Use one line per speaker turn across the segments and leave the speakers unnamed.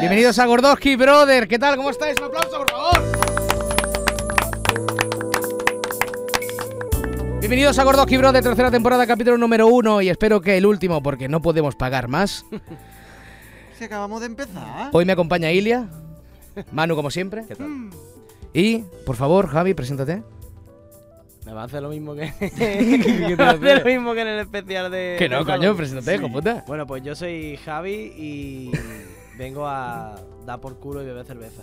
Bienvenidos a Gordoski Brother. ¿Qué tal? ¿Cómo estáis? Un aplauso, por favor. Bienvenidos a Gordoski Brother, tercera temporada, capítulo número uno. Y espero que el último, porque no podemos pagar más.
Si acabamos de empezar.
Hoy me acompaña Ilia, Manu, como siempre.
¿Qué tal?
Y, por favor, Javi, preséntate.
Me va a hacer lo mismo que. me va a hacer lo mismo que en el especial de.
Que no,
de
coño,
Halloween.
preséntate, hijo puta.
Bueno, pues yo soy Javi y. Vengo a dar por culo y beber cerveza.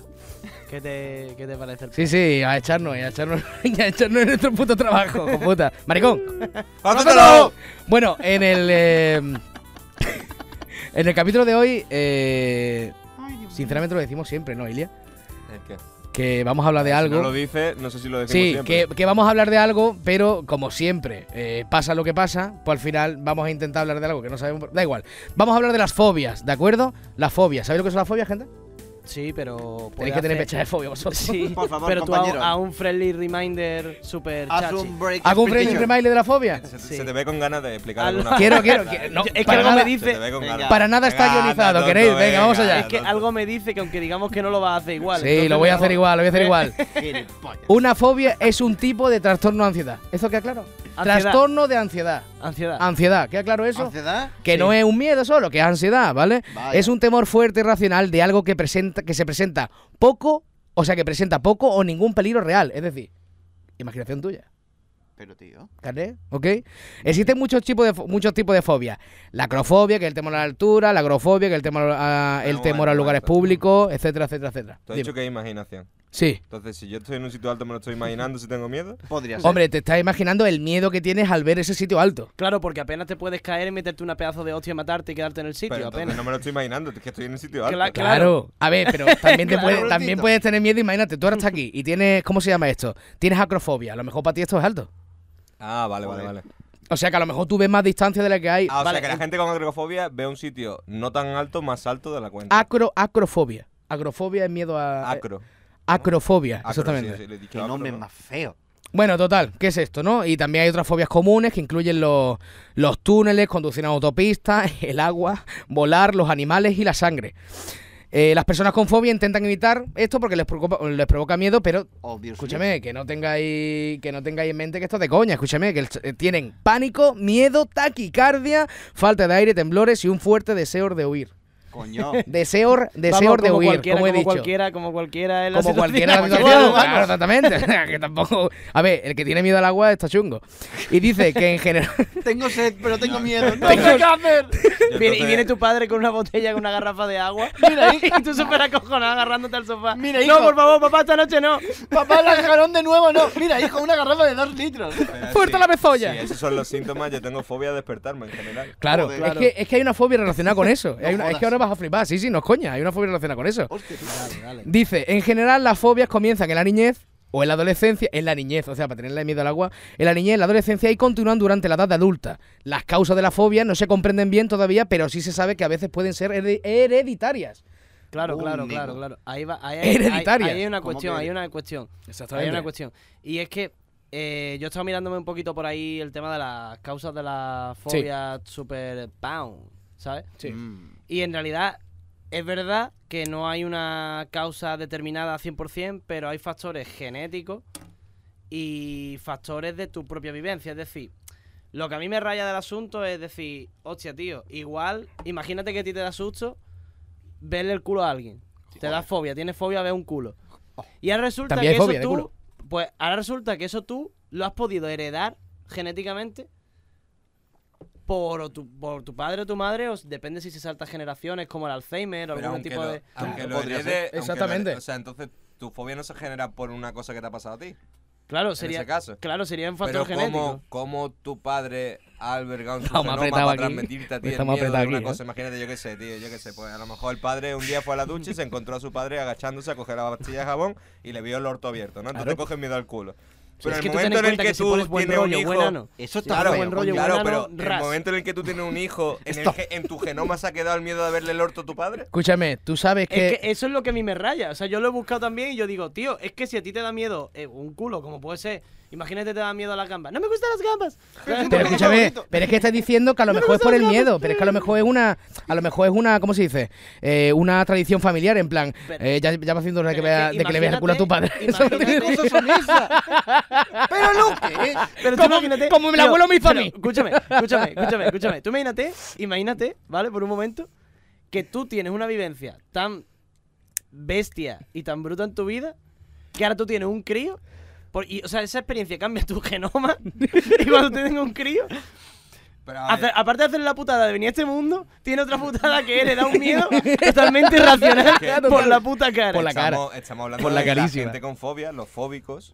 ¿Qué te, qué te parece el
Sí, sí, a echarnos, y a echarnos, y a echarnos en nuestro puto trabajo, hijo puta. Maricón. ¡Mátalo! Bueno, en el. eh, en el capítulo de hoy, eh,
Ay, Dios mío.
sinceramente lo decimos siempre, ¿no, Ilia? Que vamos a hablar de
Si no lo
algo.
dice, no sé si lo decimos
Sí,
siempre.
que, que vamos a hablar de algo, pero como siempre, eh, pasa lo que pasa, pues al final vamos a intentar hablar de algo que no sabemos. Da igual. Vamos a hablar de las fobias, ¿de acuerdo? Las fobias. ¿Sabéis lo que son las fobias, gente?
Sí, pero.
Tenéis que tener
hacer-
pecha de fobia vosotros.
Sí,
Por favor,
pero tú
compañero.
a, a un friendly reminder super
Haz
chachi.
un break.
¿Hago un friendly
explication.
reminder de la fobia?
Se,
Sí.
se te ve con ganas de explicar
Al-
alguna
Quiero,
cosa.
quiero, quiero- no,
Es que
para
algo
nada.
me
Se te
dice.
ve con
Venga.
ganas.
Para nada está
Venga,
guionizado,
tonto,
¿queréis? Venga, vamos allá.
Es que
tonto.
algo me dice que aunque digamos que no lo vas a hacer igual.
Sí,
entonces
lo voy a
mejor-
hacer igual, lo voy a hacer igual.
Gilipollas.
Una fobia es un tipo de trastorno de ansiedad. ¿Eso queda claro?
Ansiedad.
Trastorno de ansiedad.
Ansiedad.
Ansiedad, ¿queda claro eso?
¿Ansiedad?
Que no
Sí.
es un miedo solo, que es ansiedad, ¿vale?
Vaya.
Es un temor fuerte y racional de algo que, presenta, que se presenta poco, o sea, que presenta poco o ningún peligro real. Es decir, imaginación tuya.
Pero tío.
¿Carné? ¿Ok? Existen muchos tipos de fo- muchos tipos de fobias. La acrofobia, que es el temor a la altura, la agrofobia, que es el temor a, el
Bueno,
temor
bueno,
a lugares
bueno.
públicos, etcétera, etcétera, etcétera.
Tú has
Dime.
dicho que es imaginación.
Sí.
Entonces, si yo estoy en un sitio alto, me lo estoy imaginando si tengo miedo.
Podría ser.
Hombre, te estás imaginando el miedo que tienes al ver ese sitio alto.
Claro, porque apenas te puedes caer y meterte una pedazo de hostia y matarte y quedarte en el sitio,
Pero entonces
apenas.
no me lo estoy imaginando, es que estoy en un sitio alto.
Cla- cla-
Claro. A ver, pero también, te
Claro,
puede-
Brutito.
también puedes tener miedo. Imagínate, tú ahora estás aquí y tienes. ¿Cómo se llama esto? Tienes acrofobia. A lo mejor para ti esto es alto.
Ah, vale, vale,
Joder.
vale.
O sea que a lo mejor tú ves más distancia de la que hay.
Ah, o
Vale,
sea, que la
en-
gente con agrofobia ve un sitio no tan alto, más alto de la cuenta.
Acro, acrofobia. Agrofobia es miedo a.
eh,
Acro.
Acrofobia,
Acro,
exactamente.
sí, sí, le he dicho
Qué
acro,
nombre
¿no?
más feo.
Bueno, total, ¿qué es esto, no? Y también hay otras fobias comunes que incluyen los, los túneles, conducir en autopistas, el agua, volar, los animales y la sangre. Eh, las personas con fobia intentan evitar esto porque les preocupa- les provoca miedo, pero
Obvio.
Escúchame, que no tengáis que no tengáis en mente que esto es de coña, escúchame, que el- eh, tienen pánico, miedo, taquicardia, falta de aire, temblores y un fuerte deseo de huir.
Coño.
Deseo,
Vamos,
deseo de
como
huir,
cualquiera,
como he
como
dicho.
cualquiera, como cualquiera es la
como
situación.
cualquiera
Cualquiera,
situación,
vamos.
claro, exactamente. que tampoco, a ver, el que tiene miedo al agua está chungo. Y dice que en general
tengo sed, pero tengo miedo.
No sé qué hacer.
Yo
Viene- y
entonces-
viene tu padre con una botella, con una garrafa de agua. Mira, y tú súper acojonado agarrándote al sofá.
Mira,
no,
hijo.
por favor, papá, esta noche no.
Papá, la jalón de nuevo, no. Mira, hijo, una garrafa de dos litros.
Pero
¡Fuerte
sí,
la pezolla!
Sí, esos son los síntomas. Yo tengo fobia a despertarme en general.
Claro,
Joder,
es,
claro.
que, es que hay una fobia relacionada con eso.
No
Hay una- es
jodas.
que ahora vas a flipar, sí, sí, no es coña, hay una fobia relacionada con eso.
Hostia.
Dice, en general las fobias comienzan en la niñez o en la adolescencia, en la niñez, o sea, para tenerle miedo al agua, en la niñez, en la adolescencia y continúan durante la edad adulta. Las causas de la fobia no se comprenden bien todavía, pero sí se sabe que a veces pueden ser hered- hereditarias.
Claro,
Un
claro,
niño.
claro, claro. Ahí va, ahí hay,
Hereditaria.
ahí hay una
¿Cómo
cuestión,
que?
hay una cuestión.
Exactamente.
Hay una cuestión. Y es que eh, yo he estado mirándome un poquito por ahí el tema de las causas de la
Sí.
fobia super pound, ¿sabes?
Sí.
Mm.
Y en realidad es verdad que no hay una causa determinada 100%, pero hay factores genéticos y factores de tu propia vivencia. Es decir, lo que a mí me raya del asunto es decir, hostia, tío, igual, imagínate que a ti te da susto verle el culo a alguien. Te da fobia, tienes fobia a ver un culo. Y ahora resulta
Oh. También hay
que eso
fobia de
tú,
culo.
pues ahora resulta que eso tú lo has podido heredar genéticamente por, o tu, por tu padre o tu madre, o s- depende si se salta generaciones como el Alzheimer o
Pero
algún
aunque
tipo
lo,
de...
aunque
Claro,
lo
podría
herede-
ser.
aunque lo
Exactamente.
herede- o sea, entonces tu fobia no se genera por una cosa que te ha pasado a ti.
Claro, sería,
ese caso.
claro, sería un
Pero
factor
como,
genético.
como tu padre ha albergado en su
Estamos
genoma
apretados
para
aquí.
transmitirte a ti el
Estamos
miedo de
apretados
una
aquí, ¿eh?
cosa. Imagínate, yo qué sé, tío, yo qué sé. Pues a lo mejor el padre un día fue a la ducha y se encontró a su padre agachándose a coger la pastilla de jabón y le vio el orto abierto, ¿no? Entonces
Claro.
te coges miedo al culo.
Sí,
Pero
es
en
que
el
tú ten en
momento en el
cuenta
que,
que si
tú
pones buen
tienes un
rollo,
hijo...
buen ano.
Eso está
Claro,
feo,
buen rollo,
coño.
claro,
buen ano,
pero en el
ras.
momento en el que tú tienes un hijo, en el que en tu genoma se ha quedado el miedo de verle el orto a tu padre.
Escúchame, tú sabes que...
Es que eso es lo que a mí me raya. O sea, yo lo he buscado también y yo digo, tío, es que si a ti te da miedo eh, un culo, como puede ser Imagínate te da miedo a las gambas. ¡No me gustan las gambas!
Pero escúchame, pero es que estás diciendo que a lo
No me
mejor es por el
gusta el
miedo,
gato.
pero es que a lo mejor es una, a lo mejor es una, ¿cómo se dice? Eh, una tradición familiar, en plan,
Pero-
eh, ya, ya va haciendo hora de que,
Pero es
vea-
que
de que le veas el culo a tu padre.
imagínate-
Eso no
imagínate-
tiene-
¿Qué cosas son esas? Pero lo que es.
Pero tú
Como-
imagínate-
como el
pero-
abuelo me hizo a
pero
mí.
Escúchame, escúchame, escúchame, escúchame. Tú imagínate, imagínate, ¿vale? Por un momento, que tú tienes una vivencia tan bestia y tan bruta en tu vida que ahora tú tienes un crío. por- y, o sea, esa experiencia cambia tu genoma. y cuando tú tengas un crío,
Pero, a ver,
hace- aparte de hacer la putada de venir a este mundo, tiene otra putada que le da un miedo totalmente irracional por la puta cara.
Por la cara.
estamos, estamos hablando
Por la
de que
carísima.
gente con fobia, los fóbicos,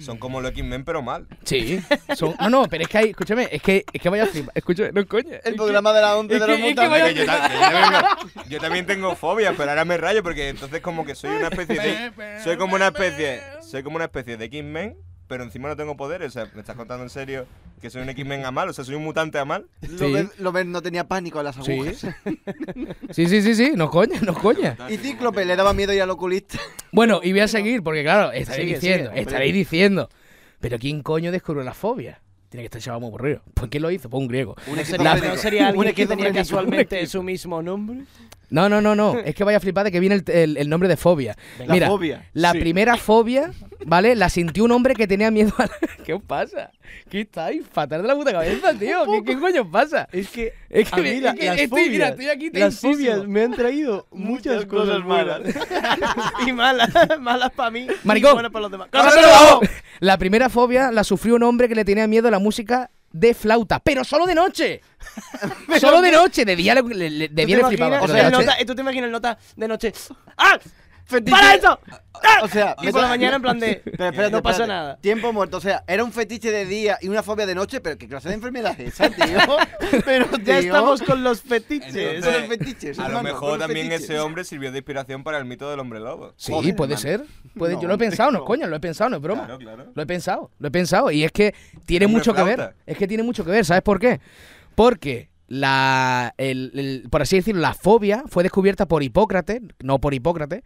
son como los X-Men, pero mal.
Sí, son- no, no, pero es que hay, escúchame, es que, es que vaya a flipar, escúchame, no coño. es
El
que-
programa de la onda
es
de
que-
los
es que
Hombre,
vaya-
que
mutantes.
yo, ta- que yo también, yo también tengo fobia, pero ahora me rayo porque entonces como que soy una especie de... Soy como una especie, soy como una especie de X-Men, pero encima no tengo poderes. O sea, me estás contando en serio que soy un X-Men a mal, o sea, soy un mutante a mal.
Lo
Sí.
ven- Lo ven, no tenía pánico a las
Sí.
agujas.
Sí, sí, sí, sí, no coña, no coña.
Y Cíclope le daba miedo ir al oculista.
Bueno, y voy a seguir, porque claro, estaréis
Sigue,
diciendo,
sigue, hombre.
estaréis diciendo. Pero ¿quién coño descubrió la fobia? Tiene que estar chaval muy aburrido. ¿Por qué lo hizo? Pues un griego.
Un
Sería-
esquizofrénico.
¿No sería
Un
alguien que
esquizofrénico.
tenía casualmente su mismo nombre?
No, no, no, no. Es que vaya a flipar de que viene el, el- el nombre de fobia.
La
Mira,
fobia.
la
Sí.
primera fobia, ¿vale? La sintió un hombre que tenía miedo a la... ¿Qué os pasa? ¿Qué estáis? Fatal de la puta cabeza, tío. ¿Qué, qué coño os pasa?
Es que
Es que,
A mí
me-
la-
es que
las
estoy, mira,
fobias-
estoy aquí
Las
tensísimo.
fobias me han traído muchas cosas malas. y malas, malas para mí.
Maricón.
Y buenas para los demás.
¡Cómetelo! La primera fobia la sufrió un hombre que le tenía miedo a la música de flauta, pero solo de noche. solo de noche, de día le, le- le- de
¿Tú
día
te
le flipaba.
imaginas
pero
o sea,
de
el
noche-
nota- ¿Tú te imaginas el nota de noche? ¡Ah!
Fetiche-
¡Para eso! ¡Ah!
O sea,
y por la mañana en plan de.
Pero espérate,
no pasa
espérate.
nada.
Tiempo muerto, o sea, era un fetiche de día y una fobia de noche, pero ¿qué clase de enfermedad es esa, tío? Pero, tío,
Ya estamos con los fetiches.
Entonces,
son los fetiches,
a lo
hermano,
mejor
son los
también
fetiches.
ese hombre sirvió de inspiración para el mito del hombre lobo.
Sí,
Joder,
puede
hermano.
ser. Puede, yo lo he
No,
pensado, no,
no.
coño, lo he pensado, no es broma.
Claro, claro.
Lo he pensado, lo he pensado. Y es que tiene
Hombre,
mucho que ver.
flauta.
Es que tiene mucho que ver, ¿sabes por qué? Porque la, el- el- por así decirlo, la fobia fue descubierta por Hipócrates, no por Hipócrates,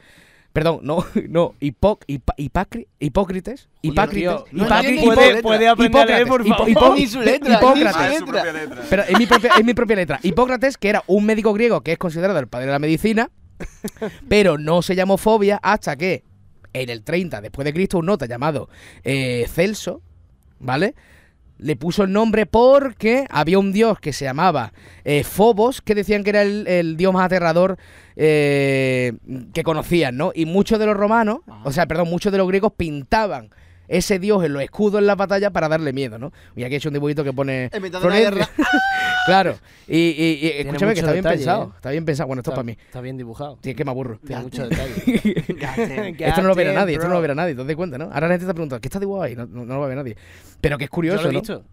perdón, no, no, Hipoc, Hipa- Hipacri- Hipócrates, Hipócrites,
tío, no
Hipacri- Hipo-
entiendo ni su
puede,
letra.
puede aprender a leer, por
Hipócrates,
favor.
hipo- hipo-
Ni su letra,
Hipócrates.
Ah,
ni
es
su
su
letra.
propia letra.
Pero en mi, propia, en mi propia letra. Hipócrates, que era un médico griego que es considerado el padre de la medicina, pero no se llamó fobia hasta que en el 30 después de Cristo un nota llamado eh, Celso, ¿vale? Le puso el nombre porque había un dios que se llamaba eh, Fobos, que decían que era el, el dios más aterrador eh, que conocían, ¿no? Y muchos de los romanos, o sea, perdón, muchos de los griegos pintaban ese dios en los escudos en las batallas para darle miedo, ¿no? Y aquí he hecho un dibujito que pone...
En mitad de una
Florencio.
guerra.
claro. Y, y- y escúchame que está
mucho
bien
detalle,
pensado.
¿eh?
Está bien pensado. Bueno, esto es para mí.
Está, está bien dibujado.
Sí, es que me aburro.
Tiene
Ya,
mucho
tío.
detalle.
Gaten.
Esto no lo verá
Goddamn,
nadie, esto no
bro.
lo verá nadie, entonces cuenta, ¿no? Ahora la gente está preguntando, ¿qué está dibujado ahí? No, no- no lo va a ver nadie. Pero que es
Yo
curioso,
lo he
¿no?
visto.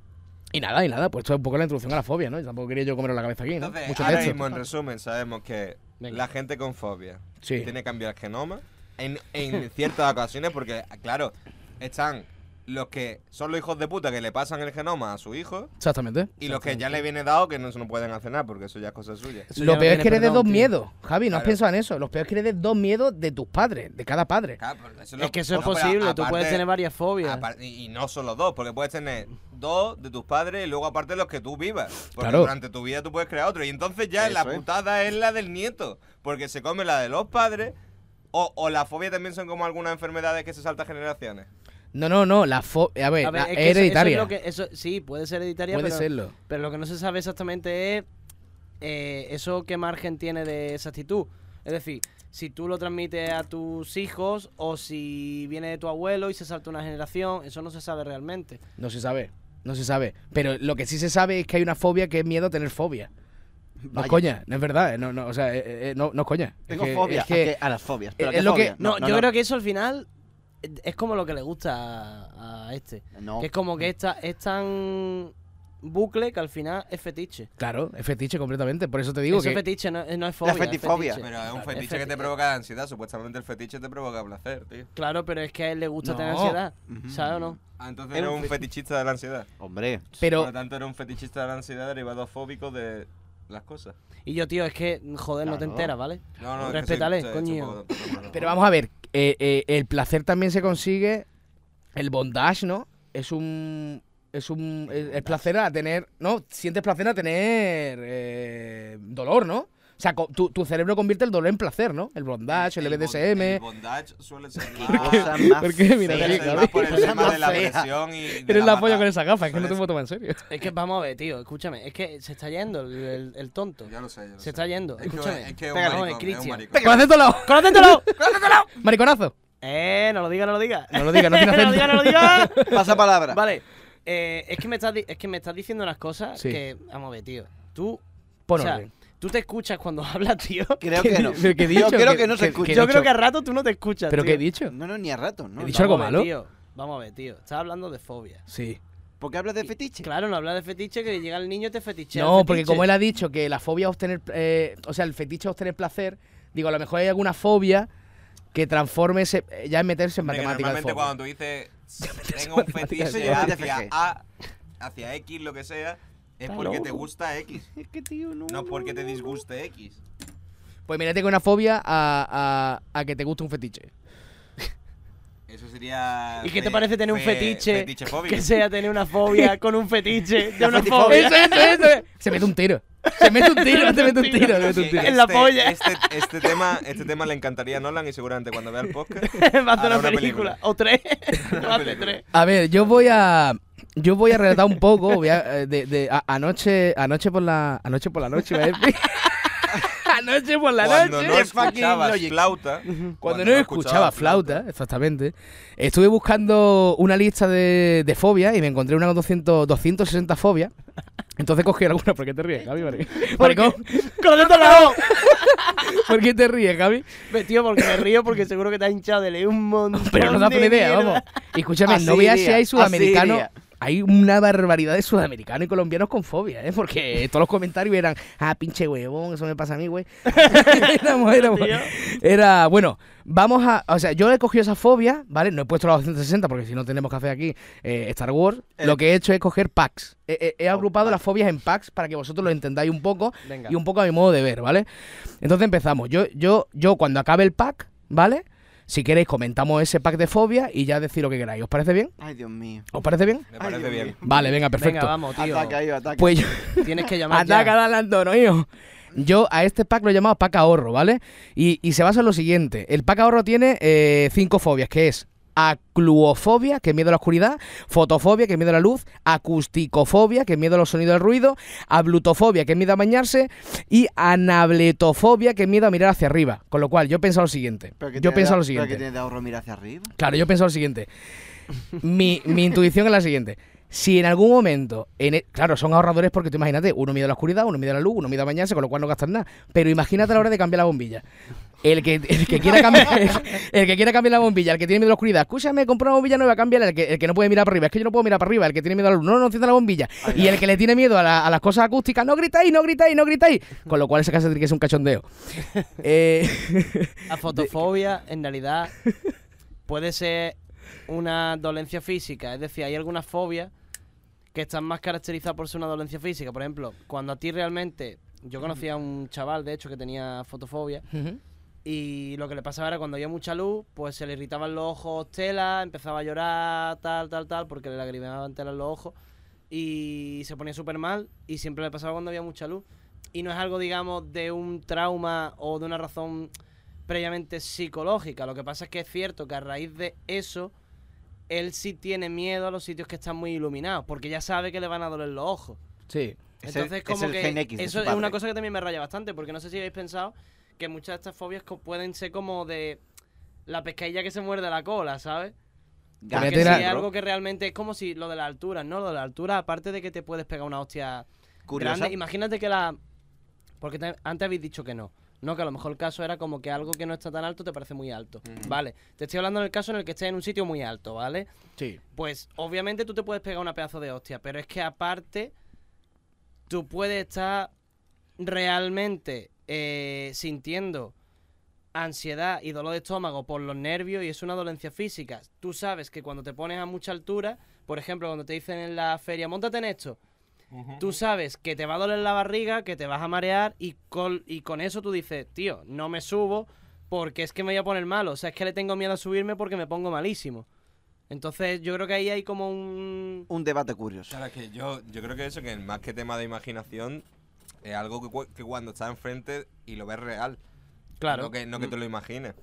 Y nada, y nada, pues esto es un poco la introducción a la fobia, ¿no? Yo tampoco quería yo comer la cabeza aquí, ¿no?
Entonces,
Mucho
ahora
texto.
mismo, en resumen, sabemos que
Venga.
la gente con fobia
Sí.
tiene que cambiar el genoma en, en ciertas ocasiones porque, claro, están los que son los hijos de puta que le pasan el genoma a su hijo
Exactamente.
y los que ya le viene dado que no se lo pueden hacer nada porque eso ya es cosa suya.
Eso ya
Lo
no
peor es
tiene
que eres de
perdón,
dos
tío.
miedos, Javi, no has
Claro.
pensado en eso. Lo peor es que eres de dos miedos de tus padres, de cada padre.
Claro, pero eso
Es
lo-
que eso es
no, pero
posible. Tú puedes
aparte-
tener varias fobias.
apar- Y, y no solo dos, porque puedes tener dos de tus padres y luego aparte los que tú vivas. Porque
Claro.
durante tu vida tú puedes crear otro. Y entonces ya la
Eso es.
putada es la del nieto, porque se come la de los padres. O, o la fobia también son como algunas enfermedades que se saltan generaciones.
No, no, no, la fobia, a ver,
A ver,
la-
es
Pues, es
que eso-
hereditaria.
eso es lo que- eso- sí, puede ser hereditaria,
Puede
pero,
serlo.
pero lo que no se sabe exactamente es eh, eso qué margen tiene de exactitud. Es decir, si tú lo transmites a tus hijos o si viene de tu abuelo y se salta una generación, eso no se sabe realmente.
No se sabe, no se sabe. Pero lo que sí se sabe es que hay una fobia que es miedo a tener fobia. No es
Vaya.
coña, no es verdad, eh, no, no, o sea, eh, eh, no, no es coña. Es
Tengo
que-
fobia
es que-
¿a qué? a las fobias. ¿Pero
es
a qué
lo que-
fobia?
No, yo creo que eso al final eh, es como lo que le gusta a, a este.
No.
Que es como que esta, es tan bucle que al final es fetiche.
Claro, es fetiche completamente, por eso te digo
eso es
que...
fetiche, no, no es fobia. es
fetifobia.
fetiche.
Pero es un
Claro,
fetiche que
feti-
te provoca ansiedad. Supuestamente el fetiche te provoca placer, tío.
Claro, pero es que a él le gusta
No.
tener ansiedad, ¿sabes o no?
Ah, entonces
Era
eres un
un fe-
fetichista de la ansiedad.
Hombre.
Por
Pero,
lo tanto, eres un fetichista de la ansiedad derivado fóbico de las cosas.
Y yo, tío, es que, joder, no te
Claro.
enteras, ¿vale?
No, no, es que soy-
Respétale,
soy- soy un
coño.
poco tampoco, no, no.
pero vamos a ver, eh, eh, el placer también se consigue, el bondage, ¿no? es un. Es un. Es, es placer a tener. No, sientes placer a tener. eh, dolor, ¿no? O sea, co- tu, tu cerebro convierte el dolor en placer, ¿no? El bondage, el,
El bond-
BDSM.
El bondage suele ser
cosa
más.
más
¿Por qué? Mira,
fea,
sí,
suele ser más por el
cosa
tema
más
de la
fea.
presión y. de
Eres la polla
mata-
con esa gafa, es que no te
suele
puedo tomar en serio.
Es que vamos a ver, tío, escúchame. Es que se está yendo el, el- el tonto.
ser- Ya lo sé, ya lo
Se
sé.
está yendo.
Es que-
escúchame.
es que es un
Pégale,
maricón, es un
Cristian.
maricón.
¡Con acento lado!
¡Con acento al lado!
¡Mariconazo!
Eh, no lo diga, no lo diga.
No lo diga, no tiene
no lo diga, no lo diga.
Pasa palabra.
Vale. eh, es, que me estás, di- es que me estás diciendo unas cosas
Sí.
que. Vamos a ver, tío. Tú.
Pon
o sea,
orden.
tú te escuchas cuando hablas, tío.
Creo que no.
¿Pero qué he
Yo
dicho?
creo
¿Qué-
que no se
qué-
escucha.
qué he
Yo
dicho?
creo que a rato tú no te escuchas.
¿Pero
tío.
qué he dicho?
No, no, ni a rato, ¿no?
He dicho algo
Vamos a ver,
malo?
tío, Vamos a ver, tío. Estás hablando de fobia.
Sí.
¿Por qué hablas de fetiche?
Claro, no hablas de fetiche que llega el niño y te fetichea.
No, porque como él ha dicho que la fobia es obtener. eh, o sea, el fetiche es obtener placer. Digo, a lo mejor hay alguna fobia que transforme ese, eh, ya en meterse en
Hombre, que
matemáticas. de fobia.
Normalmente cuando tú dices tengo un fetiche
matemáticas.
hacia A, hacia X, lo que sea, es
Está
porque te
loco.
gusta X,
Es que, tío,
no porque te disguste X.
Pues mira, tengo una fobia a, a- a que te guste un fetiche.
Eso sería.
¿Y qué te
fe-
parece tener un
fe-
fetiche?
Fetiche fóbico.
Que sea tener una fobia con un fetiche de
La
una
Oh,
fetifobia.
fobia.
Eso, eso, eso. Se mete un tiro. Se mete un tiro, se mete un tiro, se mete un
Sí,
tiro.
En la polla.
Este, este tema, este tema le encantaría a Nolan y seguramente cuando vea el podcast.
Va a hacer
Hará
una,
una
película.
película.
O tres.
Una
Va a hacer
película.
tres.
A ver, yo voy a. Yo voy a relatar un poco. voy a, eh, de, de- a- anoche, anoche por la. Anoche por la noche, iba a decir. Anoche por la
Cuando
noche.
no
es fucking
escuchabas
logic.
flauta.
Cuando no escuchaba flauta, exactamente, estuve buscando una lista de, de fobias y me encontré una con 200, 260 fobias. Entonces cogí alguna. ¿Por qué te ríes, Gaby? Maricón? Maricón,
Con los dedos lavados.
¿Por qué te ríes, Gaby?
Ve, Tío, porque me río porque seguro que te has hinchado de leer un montón.
Pero no te hace
de
una idea,
mierda.
vamos. Y Escúchame,
Así
no veas
iría,
si hay
así
sudamericanos.
iría.
Hay una barbaridad de sudamericanos y colombianos con fobia, ¿eh? Porque todos los comentarios eran, ah, pinche huevón, eso me pasa a mí, güey. Éramos- éramos-
Tío.
Era, bueno, vamos a. O sea, yo he cogido esa fobia, ¿vale? No he puesto la 260 porque si no tenemos que hacer aquí eh, Star Wars.
Eh.
Lo que he hecho es coger packs. He, he- he
Oh,
agrupado
vale.
las fobias en packs para que vosotros lo entendáis un poco
Venga.
y un poco a mi modo de ver, ¿vale? Entonces empezamos. Yo, yo, yo cuando acabe el pack, ¿vale? Si queréis, comentamos ese pack de fobia y ya decís lo que queráis. ¿Os parece bien?
Ay, Dios mío.
¿Os parece bien?
Me
Ay,
parece
Dios
bien.
mío.
Vale, venga, perfecto.
Venga, vamos, tío.
Ataca, yo, ataca.
Pues yo,
Tienes que llamar ya.
ataca al Antonio, hijo. Yo a este pack lo he llamado pack ahorro, ¿vale? Y, y se basa en lo siguiente. El pack ahorro tiene eh, cinco fobias, que es acluofobia, que es miedo a la oscuridad, fotofobia, que es miedo a la luz, acusticofobia, que es miedo a los sonidos del ruido, ablutofobia, que es miedo a bañarse, y anabletofobia, que es miedo a mirar hacia arriba. Con lo cual, yo he pensado lo siguiente.
Pero que
Yo he
tiene
pensado lo
de- Pero que
siguiente.
tiene de ahorro mira hacia arriba.
Claro, yo he pensado lo siguiente. Mi, mi intuición es la siguiente. Si en algún momento, en e- claro, son ahorradores porque tú imagínate, uno mide la oscuridad, uno mide la luz, uno mide a bañarse, con lo cual no gastas nada. Pero imagínate a la hora de cambiar la bombilla. El que, el que quiera cambiar el, que quiera cambiar la bombilla, el que tiene miedo a la oscuridad, escúchame, compra una bombilla nueva, cambia el que, el que no puede mirar para arriba, es que yo no puedo mirar para arriba, el que tiene miedo a la luz, no, no encienda la bombilla. Y el que le tiene miedo a, la- a las cosas acústicas, no gritáis, no gritáis, no gritáis. Con lo cual ese caso tiene que ser un cachondeo. Eh,
La fotofobia, en realidad, puede ser una dolencia física. Es decir, hay algunas fobias que están más caracterizadas por ser una dolencia física. Por ejemplo, cuando a ti realmente. Yo conocía a un chaval, de hecho, que tenía fotofobia.
ujú.
Y lo que le pasaba era cuando había mucha luz, pues se le irritaban los ojos tela, empezaba a llorar, tal, tal, tal, porque le lagrimaban tela en los ojos. Y se ponía súper mal y siempre le pasaba cuando había mucha luz. Y no es algo, digamos, de un trauma o de una razón previamente psicológica. Lo que pasa es que es cierto que a raíz de eso, él sí tiene miedo a los sitios que están muy iluminados, porque ya sabe que le van a doler los ojos.
Sí.
Es el-
Entonces,
es
como
el
que
gen X de
eso
su
es una
padre.
cosa que también me raya bastante, porque no sé si habéis pensado que muchas de estas fobias co- pueden ser como de la pescadilla que se muerde la cola, ¿sabes?
Pero
Porque
Cállate
si
la-
es algo que realmente es como si lo de las alturas, ¿no? Lo de las alturas, aparte de que te puedes pegar una hostia
Curiosa.
grande, imagínate que la... Porque te- antes habéis dicho que no. No, que a lo mejor el caso era como que algo que no está tan alto te parece muy alto.
Mm.
Vale, te estoy hablando en el caso en el que estés en un sitio muy alto, ¿vale?
Sí.
Pues obviamente tú te puedes pegar una pedazo de hostia, pero es que aparte tú puedes estar realmente eh, sintiendo ansiedad y dolor de estómago por los nervios y es una dolencia física. Tú sabes que cuando te pones a mucha altura, por ejemplo, cuando te dicen en la feria, montate en esto, tú sabes que te va a doler la barriga, que te vas a marear y con, y con eso tú dices, tío, no me subo porque es que me voy a poner malo, o sea, es que le tengo miedo a subirme porque me pongo malísimo. Entonces yo creo que ahí hay como un...
Un debate curioso.
Claro, es que yo, yo creo que eso, que más que tema de imaginación, es algo que, cu- que cuando estás enfrente y lo ves real.
Claro.
No que, no que te lo imagines.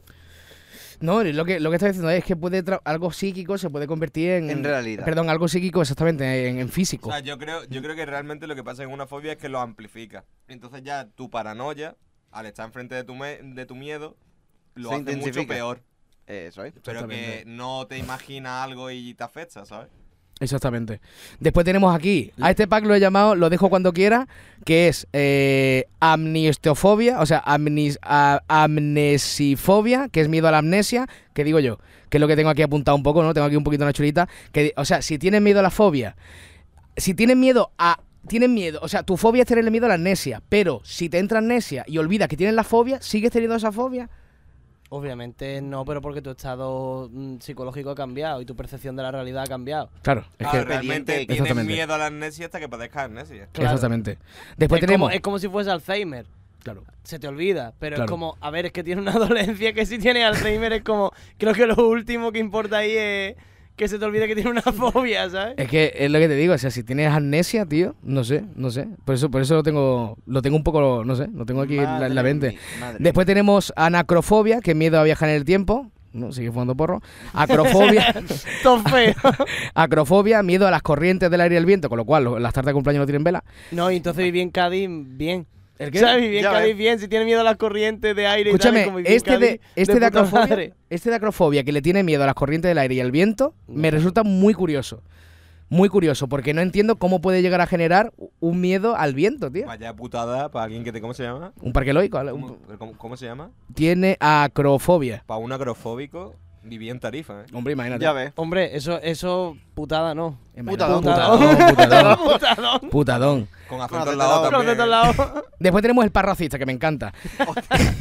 No, y lo que, lo que está diciendo es que puede tra- algo psíquico se puede convertir en.
En realidad.
Perdón, algo psíquico, exactamente, en, en
O
físico.
sea, yo creo, yo creo que realmente lo que pasa en una fobia es que lo amplifica. Entonces ya tu paranoia, al estar enfrente de tu, me- de tu miedo, lo
Se
hace mucho
intensifica.
peor.
Eso ¿eh? es.
Pero que
Exactamente.
no te imaginas algo y te afecta, ¿sabes?
Exactamente. Después tenemos aquí, a este pack lo he llamado, lo dejo cuando quiera, que es eh, amnistiofobia, o sea, amnis- a- amnesifobia, que es miedo a la amnesia, que digo yo, que es lo que tengo aquí apuntado un poco, ¿no? Tengo aquí un poquito una chulita, que, di- o sea, si tienes miedo a la fobia, si tienes miedo a... Tienes miedo, o sea, tu fobia es tenerle miedo a la amnesia, pero si te entra amnesia y olvidas que tienes la fobia, ¿sigues teniendo esa fobia?
Obviamente no, pero porque tu estado mm, psicológico ha cambiado y tu percepción de la realidad ha cambiado.
Claro, es
Claro,
que...
Ah, realmente
pendiente-
tienes
Exactamente.
miedo a la amnesia hasta que padezcas amnesia.
Claro.
Exactamente. Después
es,
tenemos...
como, es como si fuese Alzheimer.
Claro.
Se te olvida, pero es
Claro.
como, a ver, es que tiene una dolencia que si tiene Alzheimer es como, creo que lo último que importa ahí es que se te olvide que tiene una fobia, ¿sabes?
Es que es lo que te digo, o sea, si tienes amnesia, tío, no sé, no sé. Por eso, por eso lo tengo, lo tengo un poco, no sé, lo tengo aquí en la- en la
Madre
mente.
mía, madre
Después tenemos anacrofobia, que es miedo a viajar en el tiempo. No, sigue fumando porro. Acrofobia,
Todo feo.
acrofobia, miedo a las corrientes del aire y el viento, con lo cual lo- las tartas de cumpleaños no tienen vela.
No, y entonces viví en Cádiz bien.
¿El qué?
¿Sabes? Viví en
Ya
Cádiz
ves.
bien. Si tiene miedo a las corrientes de aire y
Escúchame,
tal, como viví en
este de,
Cádiz,
este de,
puta
acrofobia,
madre.
este de acrofobia que le tiene miedo a las corrientes del aire y al viento, me resulta muy curioso. Muy curioso, porque no entiendo cómo puede llegar a generar un miedo al viento, tío.
Vaya putada para alguien que te... ¿Cómo se llama?
Un parque loico,
¿Cómo, cómo- cómo se llama?
tiene acrofobia.
Para un agrofóbico vivía en Tarifa, ¿eh?
Hombre,
mía.
imagínate.
Ya ves.
Hombre, eso, eso, putada no.
Imagínate.
Putadón.
Putadón, putadón,
Putadón.
putadón.
Con acento
Con
al lado
acento
Los de
también.
todos lados.
Después tenemos el parracista, que me encanta.
Hostia.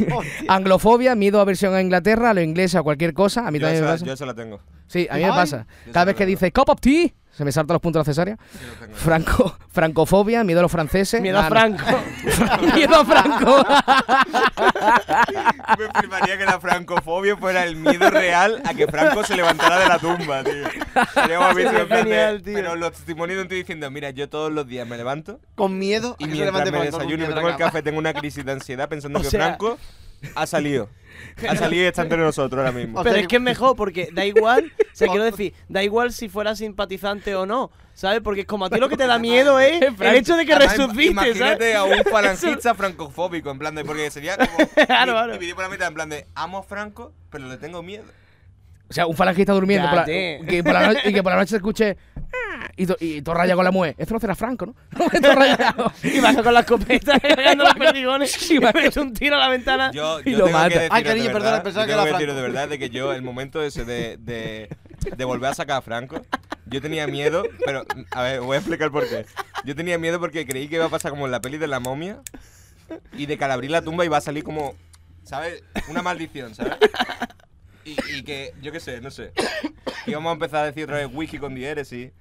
Anglofobia, miedo a versión a Inglaterra, a lo inglés, a cualquier cosa. A mí
Yo
también me
esa,
pasa.
yo esa la tengo.
Sí, a mí me
Ay.
pasa.
Yo
Cada
esa
vez
la
que
tengo.
dice cop of tea, se me saltan los puntos de la cesárea.
Yo la tengo.
Franco, francofobia, miedo a los franceses.
Miedo a
Ah, no.
Franco.
miedo a Franco.
Me fliparía que la francofobia fuera el miedo real a que Franco se levantara de la tumba, tío. Sería
Sería genial,
genial,
tío.
Pero los testimonios de gente diciendo, mira, yo todos los días me levanto
Con miedo.
y
a que se
mientras
levante
me
Franco con
desayuno y
miedo
me
a la
tomo el
cama.
café tengo una crisis de ansiedad pensando
O
que
sea-
Franco ha salido. Ha salido y está entre nosotros ahora mismo.
O
Pero
sea
es
que-
que es mejor porque da igual, o sea,
O-
quiero decir, da igual si fuera simpatizante o no, ¿sabes? Porque como a ti lo que te da miedo es el hecho de que
Además,
resucites,
Imagínate
¿sabes?
a un falangista francofóbico, en plan de, porque sería como
Claro,
di-
claro.
dividir por la mitad, en plan de, amo a Franco, pero le tengo miedo.
O sea, un falangista durmiendo por la-
Cállate.
que por la noche- y que por la noche se escuche. "Ah", Y, to- y todo rayado con la mujer. Esto no será Franco, ¿no? Todo rayado.
Y vas con la escopeta cargando los perdigones y
va-
metes un tiro a la ventana.
Yo,
Y
yo
lo
tengo
mata.
que deciros
Ay, cariño,
de
perdona,
verdad,
pensaba
yo
que
tengo
era
que deciros de
Franco.
verdad de que yo, el momento ese de, de, de volver a sacar a Franco, yo tenía miedo, pero, a ver, voy a explicar por qué. Yo tenía miedo porque creí que iba a pasar como en la peli de la momia y de que al abrir la tumba iba a salir como, ¿sabes? Una maldición, ¿sabes? Y, y que, yo qué sé, no sé. Y vamos a empezar a decir otra vez wiki con diéresis.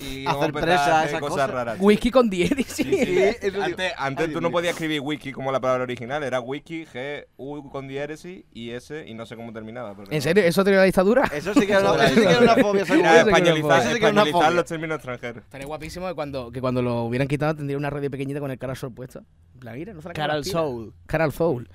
Y vamos a
Hacer
empezar
presa,
a hacer
esas
cosas,
cosas.
raras.
Whisky con diéresis.
Sí, sí.
eso digo.
Antes,
Ay,
antes tú
Dios
no
mío.
podías escribir wiki como la palabra original, era wiki, G, U con diéresis y S y no sé cómo terminaba. porque
¿En
no-
serio? ¿Eso te dio la dictadura?
Eso sí que era una, eso sí que era una fobia, seguro.
Era
Eso que no
españolizar,
puedo.
Eso sí que era una
españolizar
fobia.
los términos extranjeros.
Estaría guapísimo que cuando, que cuando lo hubieran quitado tendría una radio pequeñita con el cara sol puesto. La mira, no se la
Cara al soul.
Cara al soul.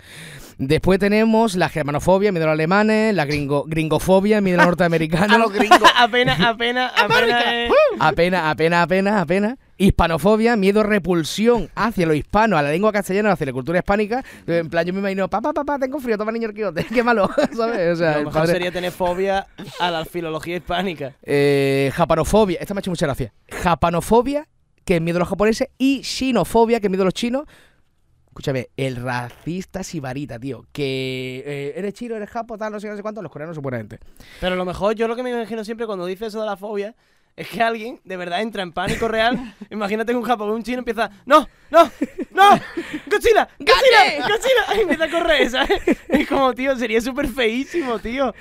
Después tenemos la germanofobia, miedo a los alemanes, la gringo, gringofobia, miedo a los
A los
norteamericanos. ¡Uh!
gringos. Uh.
apenas, apenas, apenas. es-
apenas, apenas, apenas, apenas. Hispanofobia, miedo, repulsión hacia los hispanos, a la lengua castellana, hacia la cultura hispánica. En plan, yo me imagino, papá, papá, tengo frío, toma niño el quijote, qué malo, ¿sabes? O sea,
Lo
el
mejor
padre-
sería tener fobia a la filología hispánica.
Eh, japanofobia, esta me ha hecho mucha gracia. Japanofobia, que es miedo a los japoneses, y xinofobia, que es miedo a los chinos. Escúchame, el racista sibarita, tío. Que eh, eres chino, eres japo, tal, no sé, no sé cuánto, los coreanos seguramente.
Pero lo mejor, yo lo que me imagino siempre cuando dice eso de la fobia es que alguien de verdad entra en pánico real. Imagínate que un japonés, un chino empieza, ¡No! ¡No! ¡No! ¡Godzilla! ¡Godzilla! ¡Godzilla! Y empieza a correr, ¿sabes? Es como, tío, sería súper feísimo, tío.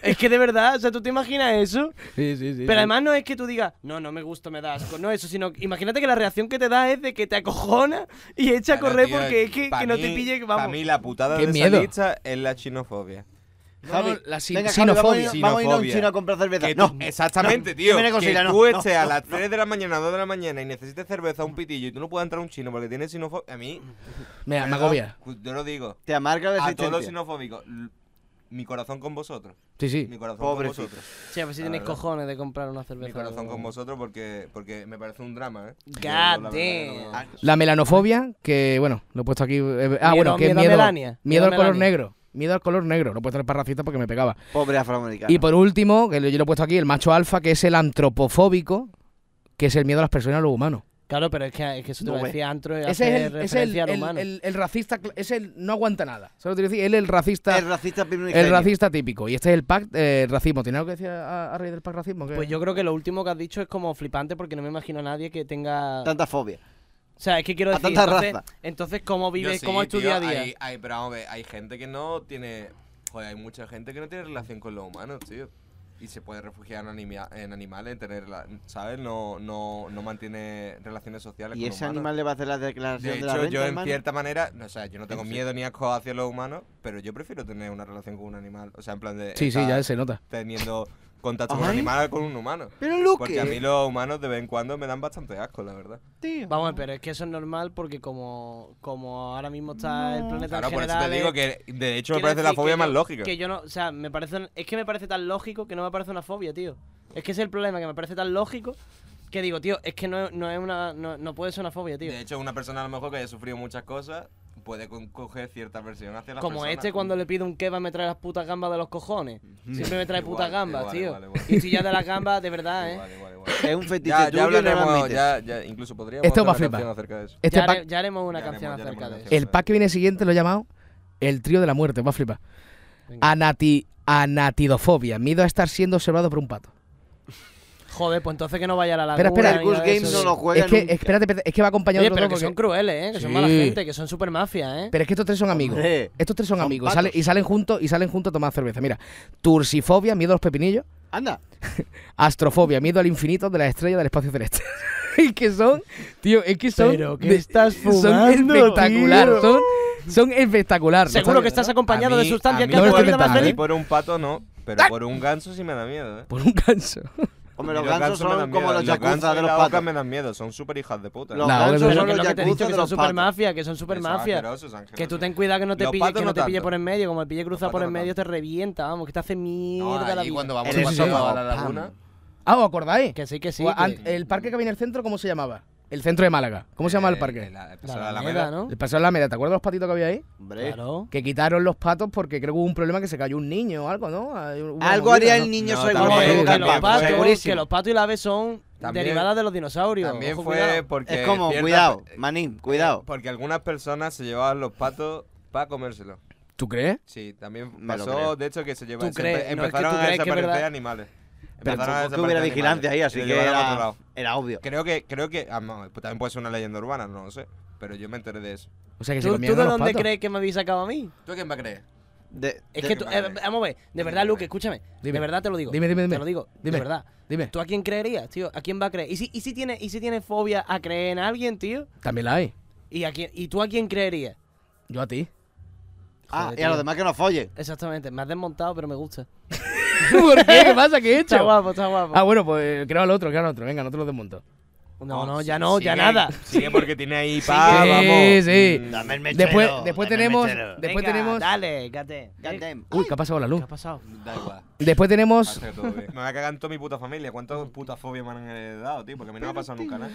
Es que de verdad, o sea, ¿tú te imaginas eso?
Sí, sí, sí.
Pero además no es que tú digas, no, no me gusta, me da asco. No eso, sino imagínate que la reacción que te da es de que te acojona y echa a correr porque es que, que no te pille,
Para
vamos.
mí la putada
Qué
de
miedo.
esa lista es la xenofobia.
No,
Javi,
no, la sin-
venga, Javi, vamos a
sinofobia.
ir- vamos a irnos a un
Sinofobia.
chino a comprar cerveza.
Que
No,
tú- exactamente,
no,
tío.
dime una
que
cosita, no,
tú
no,
estés a
no,
las
no.
3 de la mañana, 2 de la mañana y necesites cerveza, un pitillo y tú no puedes entrar a un chino porque tienes sinofobia. A mí,
Me, me
¿verdad?
agobia.
pues, Yo lo digo.
Te amarga
A
la
todos los
existencia.
sinofóbicos, l- mi corazón con vosotros.
Sí,
Mi
sí.
corazón
Pobrecito.
con vosotros.
pues Sí, a ver si tenéis
verdad.
cojones de comprar una cerveza.
Mi corazón con
¿no?
vosotros porque, porque me parece un drama, ¿eh?
God
Yo, la verdad que
damn.
no-
Ah,
La melanofobia, que bueno, lo he puesto aquí. eh, ah,
Miedo-
bueno, que
miedo a
miedo.
Melania. Miedo
Miedo
a
al color
Melania.
negro. Miedo al color negro. Lo he puesto en el parracito porque me pegaba.
Pobre afroamericano.
Y por último, que lo- yo lo he puesto aquí, el macho alfa, que es el antropofóbico, que es el miedo a las personas y a los humanos.
Claro, pero es que, es que eso te
No,
lo
güey.
decía antro.
Ese
hace
es el, ese es el,
referencia al
el-
humano.
el- el racista, cl- es el no aguanta nada. Solo te quiero decir, él es el racista,
el racista primero y
el
genio.
racista típico. Y este es el pack eh, racismo. ¿Tiene algo que decir a, a raíz del pack racismo? ¿Qué?
Pues yo creo que lo último que has dicho es como flipante porque no me imagino a nadie que tenga.
Tanta fobia.
o sea, es que quiero
a
decir.
tanta
entonces,
raza.
entonces, ¿cómo
Yo
vives?
sí,
¿Cómo es tu
tío,
día a día?
Hay, hay- pero vamos a ver, hay gente que no tiene. Joder, hay mucha gente que no tiene relación con los humanos, tío. Y se puede refugiar en, animia- en animales, tener la- ¿sabes? No, no, no mantiene relaciones sociales
¿Y
con
ese
humanos.
animal le va a hacer la
De
declaración de,
hecho,
la renta,
yo en
hermano?
cierta manera, no, o sea, yo no tengo miedo ni asco hacia los humanos, pero yo prefiero tener una relación con un animal. O sea, en plan de
sí, sí,
estar
ya se nota.
teniendo contacto con un
Ay.
animal que con un humano.
Pero Luke,
Porque a mí los humanos de vez en cuando me dan bastante asco, la verdad.
tío.
Vamos, pero es que eso es normal porque como, como ahora mismo está el planeta
Claro,
en
por
general...
eso te digo
es-
que de hecho me
quiero
parece la
decir
fobia
que
más
yo-
lógica.
Que yo no, o sea, me parece, es que me parece tan lógico que no me parece una fobia, tío. Es que ese es el problema, que me parece tan lógico que digo, tío, es que no, no es una, no, no puede ser una fobia, tío.
De hecho, una persona a lo mejor que haya sufrido muchas cosas puede con- coger cierta versión hacia Mm. la
Como este cuando le pido un kebab me trae las putas gambas de los cojones. Siempre me trae
Igual,
putas gambas,
igual,
tío.
igual, igual.
Y estoy ya de las gambas, de verdad, ¿eh?
Igual, igual, igual.
Es un fetiche
Ya,
tuyo
ya
y no lo
hablaremos,
admites.
ya, ya, incluso podríamos
Esto va
hacer
a
una
flipar.
canción acerca de eso.
Este
ya,
pack,
hare- ya haremos una
Ya haremos-
canción
ya haremos
acerca
una
de eso.
canción.
el pack que viene siguiente lo he llamado el trío de la muerte. Va a flipar.
Venga.
Anati, anatidofobia. Miedo a estar siendo observado por un pato.
Joder, pues entonces que no vaya a la
Espera,
laguna.
espera.
El Goose
ni nada de
Games
eso,
no
sí.
lo juega
es que,
nunca.
espérate, espérate, es que va acompañado
Oye,
de
pero
otro
que son
porque-
crueles, ¿eh? Que son
Sí.
mala gente, que son super mafia, ¿eh?
Pero es que estos tres son amigos.
Hombre.
Estos tres son,
Son
amigos y salen,
patos.
y salen juntos y salen juntos a tomar cerveza. Mira, tursifobia, miedo a los pepinillos,
Anda.
astrofobia, miedo al infinito de las estrellas del espacio celeste. y que son, tío, es que son
Pero que
de-
estás
son
fumando,
espectacular,
tío.
son son espectacular.
Seguro que estás acompañado
A
de
mí-
sustancias
a
que
mí
no
hacen
me
la
por-
vida
metas,
más
a mí
feliz.
por un pato no, pero por un ganso sí me da miedo, ¿eh?
por un canso.
Hombre,
Y
los gansos
me
son
dan
como
miedo,
los yakuza
gansos
de
y
los
las ocas
patos.
me dan miedo, son súper hijas de puta.
Los
No,
gansos
pero
Pero
son
que
los
lo que te he dicho,
yakuza
que
de
son
los
super
patos.
mafia, que son super
Son
mafia.
asquerosos, asquerosos.
Que tú ten cuidado que no te
Los
pille,
patos
que no
no
te pille
tanto.
por en medio, como el pille cruzado
patos
por
no
en medio te revienta, vamos, que te hace
No,
mierda la
allí
vida.
cuando vamos
Eres
a pasar
un
a la
pam.
laguna,
Ah, ¿os acordáis?
Que sí, que sí.
O
que-
an- el parque que había en el centro, ¿cómo se llamaba? El centro de Málaga. ¿Cómo se llama
Eh,
el parque?
eh, La, el
La
paseo de la
Alameda,
Alameda.
¿no?
El paseo de la media, ¿te acuerdas los patitos que había ahí?
Hombre.
Claro.
Que quitaron los patos porque creo que hubo un problema que se cayó un niño o algo, ¿no? Hay una
Algo
movida,
haría
¿no?
el niño
No,
seguro
también-
Vamos,
para
que,
provocar
también
los
patos,
fue-
patos, que
segurísimo.
los patos y la ave son
También-
derivadas de los dinosaurios.
También
Ojo,
fue
cuidado.
porque...
Es como,
ciertas-
cuidado, manín, cuidado.
Porque algunas personas se llevaban los patos para comérselos.
¿Tú crees?
Sí, también
Me lo creo.
pasó, de hecho, que se llevaban...
¿Tú crees? No, es que
Empezaron
tú
a
crees que es
desaparecer
verdad.
animales.
Pero
Empezaron a
tampoco
desaparecer
hubiera
animales
vigilancia ahí,
y
así
lo
que
llevaron a otro
era,
lado.
era obvio.
Creo que, creo que... ah, no, pues también puede ser una leyenda urbana, no lo sé. Pero yo me enteré de eso.
O sea, que se
¿Tú, tú de
comieron a los
dónde
patos.
crees que me habéis sacado a mí?
¿Tú a quién va a creer?
De-
Es
De- ah,
que tú,
Vale.
eh, vamos a ver, de verdad,
Dime,
Luke,
dime.
escúchame. De
Dime.
verdad te lo digo.
Dime, dime, dime.
Te lo digo, de
Dime.
verdad.
Dime.
¿Tú a quién creerías, tío? ¿A quién va a creer? ¿Y si, y si tiene, y si tiene fobia a creer en alguien, tío?
También la hay.
¿Y, a quién, ¿Y tú a quién creerías?
Yo a ti.
ah,
Joder,
y a los
tío.
demás que nos follen.
Exactamente, me has desmontado, pero me gusta.
¿Por qué? ¿Qué pasa? ¿Qué he
Está
hecho?
guapo, está guapo.
Ah, bueno, pues creo al otro, creo al otro. Venga, no te lo desmonto.
no,
Oh,
no,
sí,
ya no, ya
sigue-
nada.
Sigue porque tiene ahí pa,
Sí,
vamos.
sí.
Mm,
Dame el mechero.
Después, después
dame el
tenemos...
mechero.
Después
Venga,
tenemos...
Dale, gate. Eh,
Goddamn.
Uy, ¿qué ha pasado la
¿Qué
luz?
ha pasado?
Da igual.
Después
va a
tenemos...
ser todo bien. Me va a cagar en toda mi puta familia. ¿Cuántas putas fobias me han heredado, tío? Porque a mí no me ha pasado nunca nada.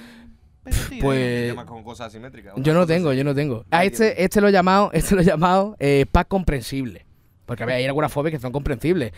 Pues...
Yo más con cosas asimétricas.
Yo no tengo, yo no tengo. A este, este lo he llamado, este lo he llamado eh, pack comprensible. Porque a ver, hay algunas fobias que son comprensibles.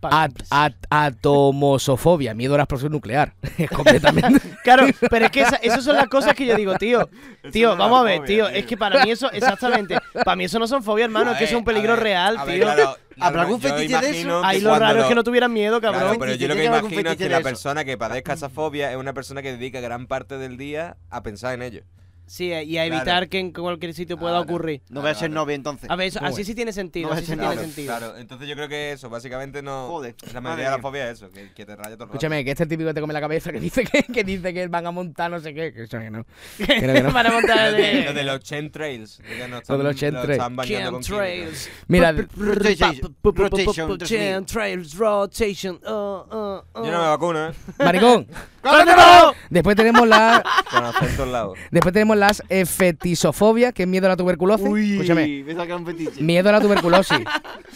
Pack
At- at- atomosofobia, miedo a la explosión nuclear. Es completamente.
Claro, pero es que esa- esas son las cosas que yo digo, tío.
no
Tío,
es
vamos a
una
ver,
fobia,
tío.
tío.
Es que para mí eso, exactamente. Para mí eso no son fobias, hermano. Es que eso es un peligro real, tío.
¿Habrá algún fetiche de eso?
Ahí lo raro es que no tuvieran miedo, cabrón.
Claro, pero
si
yo lo
tiene
que
que haber algún
imagino es
fetiche
que
de
la
eso.
persona que padezca esa fobia es una persona que dedica gran parte del día a pensar en ello.
Sí, eh, y a
Claro.
evitar que en cualquier sitio pueda
Claro.
ocurrir.
No voy a
Claro,
ser
claro.
novia entonces.
A ver, eso-
Muy
así
bueno.
sí tiene sentido,
No
así sí
es
tiene
nada,
sentido.
Claro, entonces yo creo que eso, básicamente no.
Joder,
La
madre
mayoría de la
mía.
fobia es eso, que, que te raya todo el rato.
Escúchame, que este es típico que te come la cabeza, que dice que, que dice que van a montar no sé qué, que eso que no. Que no, que no.
Van a montar
Lo de,
el-
lo de los chemtrails. de que nos
Lo de los
están-
chemtrails.
están bañando con
Chemtrails.
Mira,
Rotation, rotation,
Chemtrails, rotation. uh, uh,
químicos.
uh.
Yo no me vacuno, ¿eh?
maricón,
¡Cómetelo!
después tenemos la
Con acento al lado.
después tenemos las eh, fetisofobias, que es miedo a la tuberculosis.
Uy,
Escúchame,
me saca un fetiche.
miedo a la tuberculosis.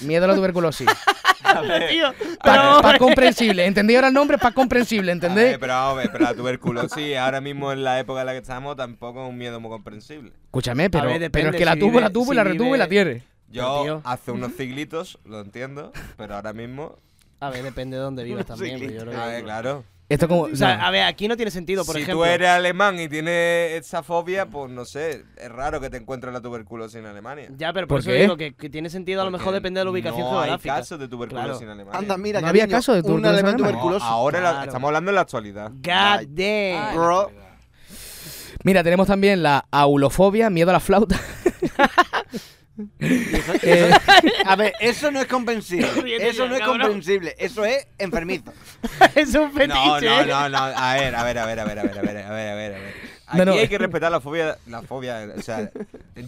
miedo a la tuberculosis.
Tío, pero
Para
vamos a ver.
comprensible, ¿entendéis ahora el nombre? Para comprensible,
A
¿entendéis?
ver, pero vamos a ver, pero la tuberculosis ahora mismo en la época en la que estamos tampoco es un miedo muy comprensible.
Escúchame, pero,
ver,
pero es
depende,
que la
si
tuvo,
vive-
la tuvo
si
y la retuvo
vive-
y la tiene.
Yo
Pero, tío.
hace unos ciglitos, lo entiendo, pero ahora mismo.
A ver, depende de dónde vivas también. pues, yo creo
A
que-
ver, claro.
Esto como.
O sea,
no.
a ver, aquí no tiene sentido, por
si
ejemplo.
tú eres alemán y tienes esa fobia, pues no sé, es raro que te encuentres la tuberculosis en Alemania.
Ya, pero
¿Por
por, eso
qué?
digo que, que tiene sentido a lo mejor depende de la ubicación
no
geográfica.
hay casos de tuberculosis
Claro.
en Alemania.
Anda, mira,
No había
cariño,
caso de
un
tuberculosis en
alemán
Alemania.
No,
tuberculoso.
ahora la-
Claro.
estamos hablando de la actualidad.
God damn.
Bro,
Mira, tenemos también la aulofobia, miedo a la flauta. Eh,
a ver, eso no es comprensible.
Ríete
Eso
ya,
no es
cabrón.
comprensible. Eso es enfermizo.
es un fetiche.
No, no, no, no. A ver, a ver, a ver, a ver, a ver, a ver, a ver, a ver. A ver. Aquí
No, no.
hay que respetar la fobia, la fobia, o sea,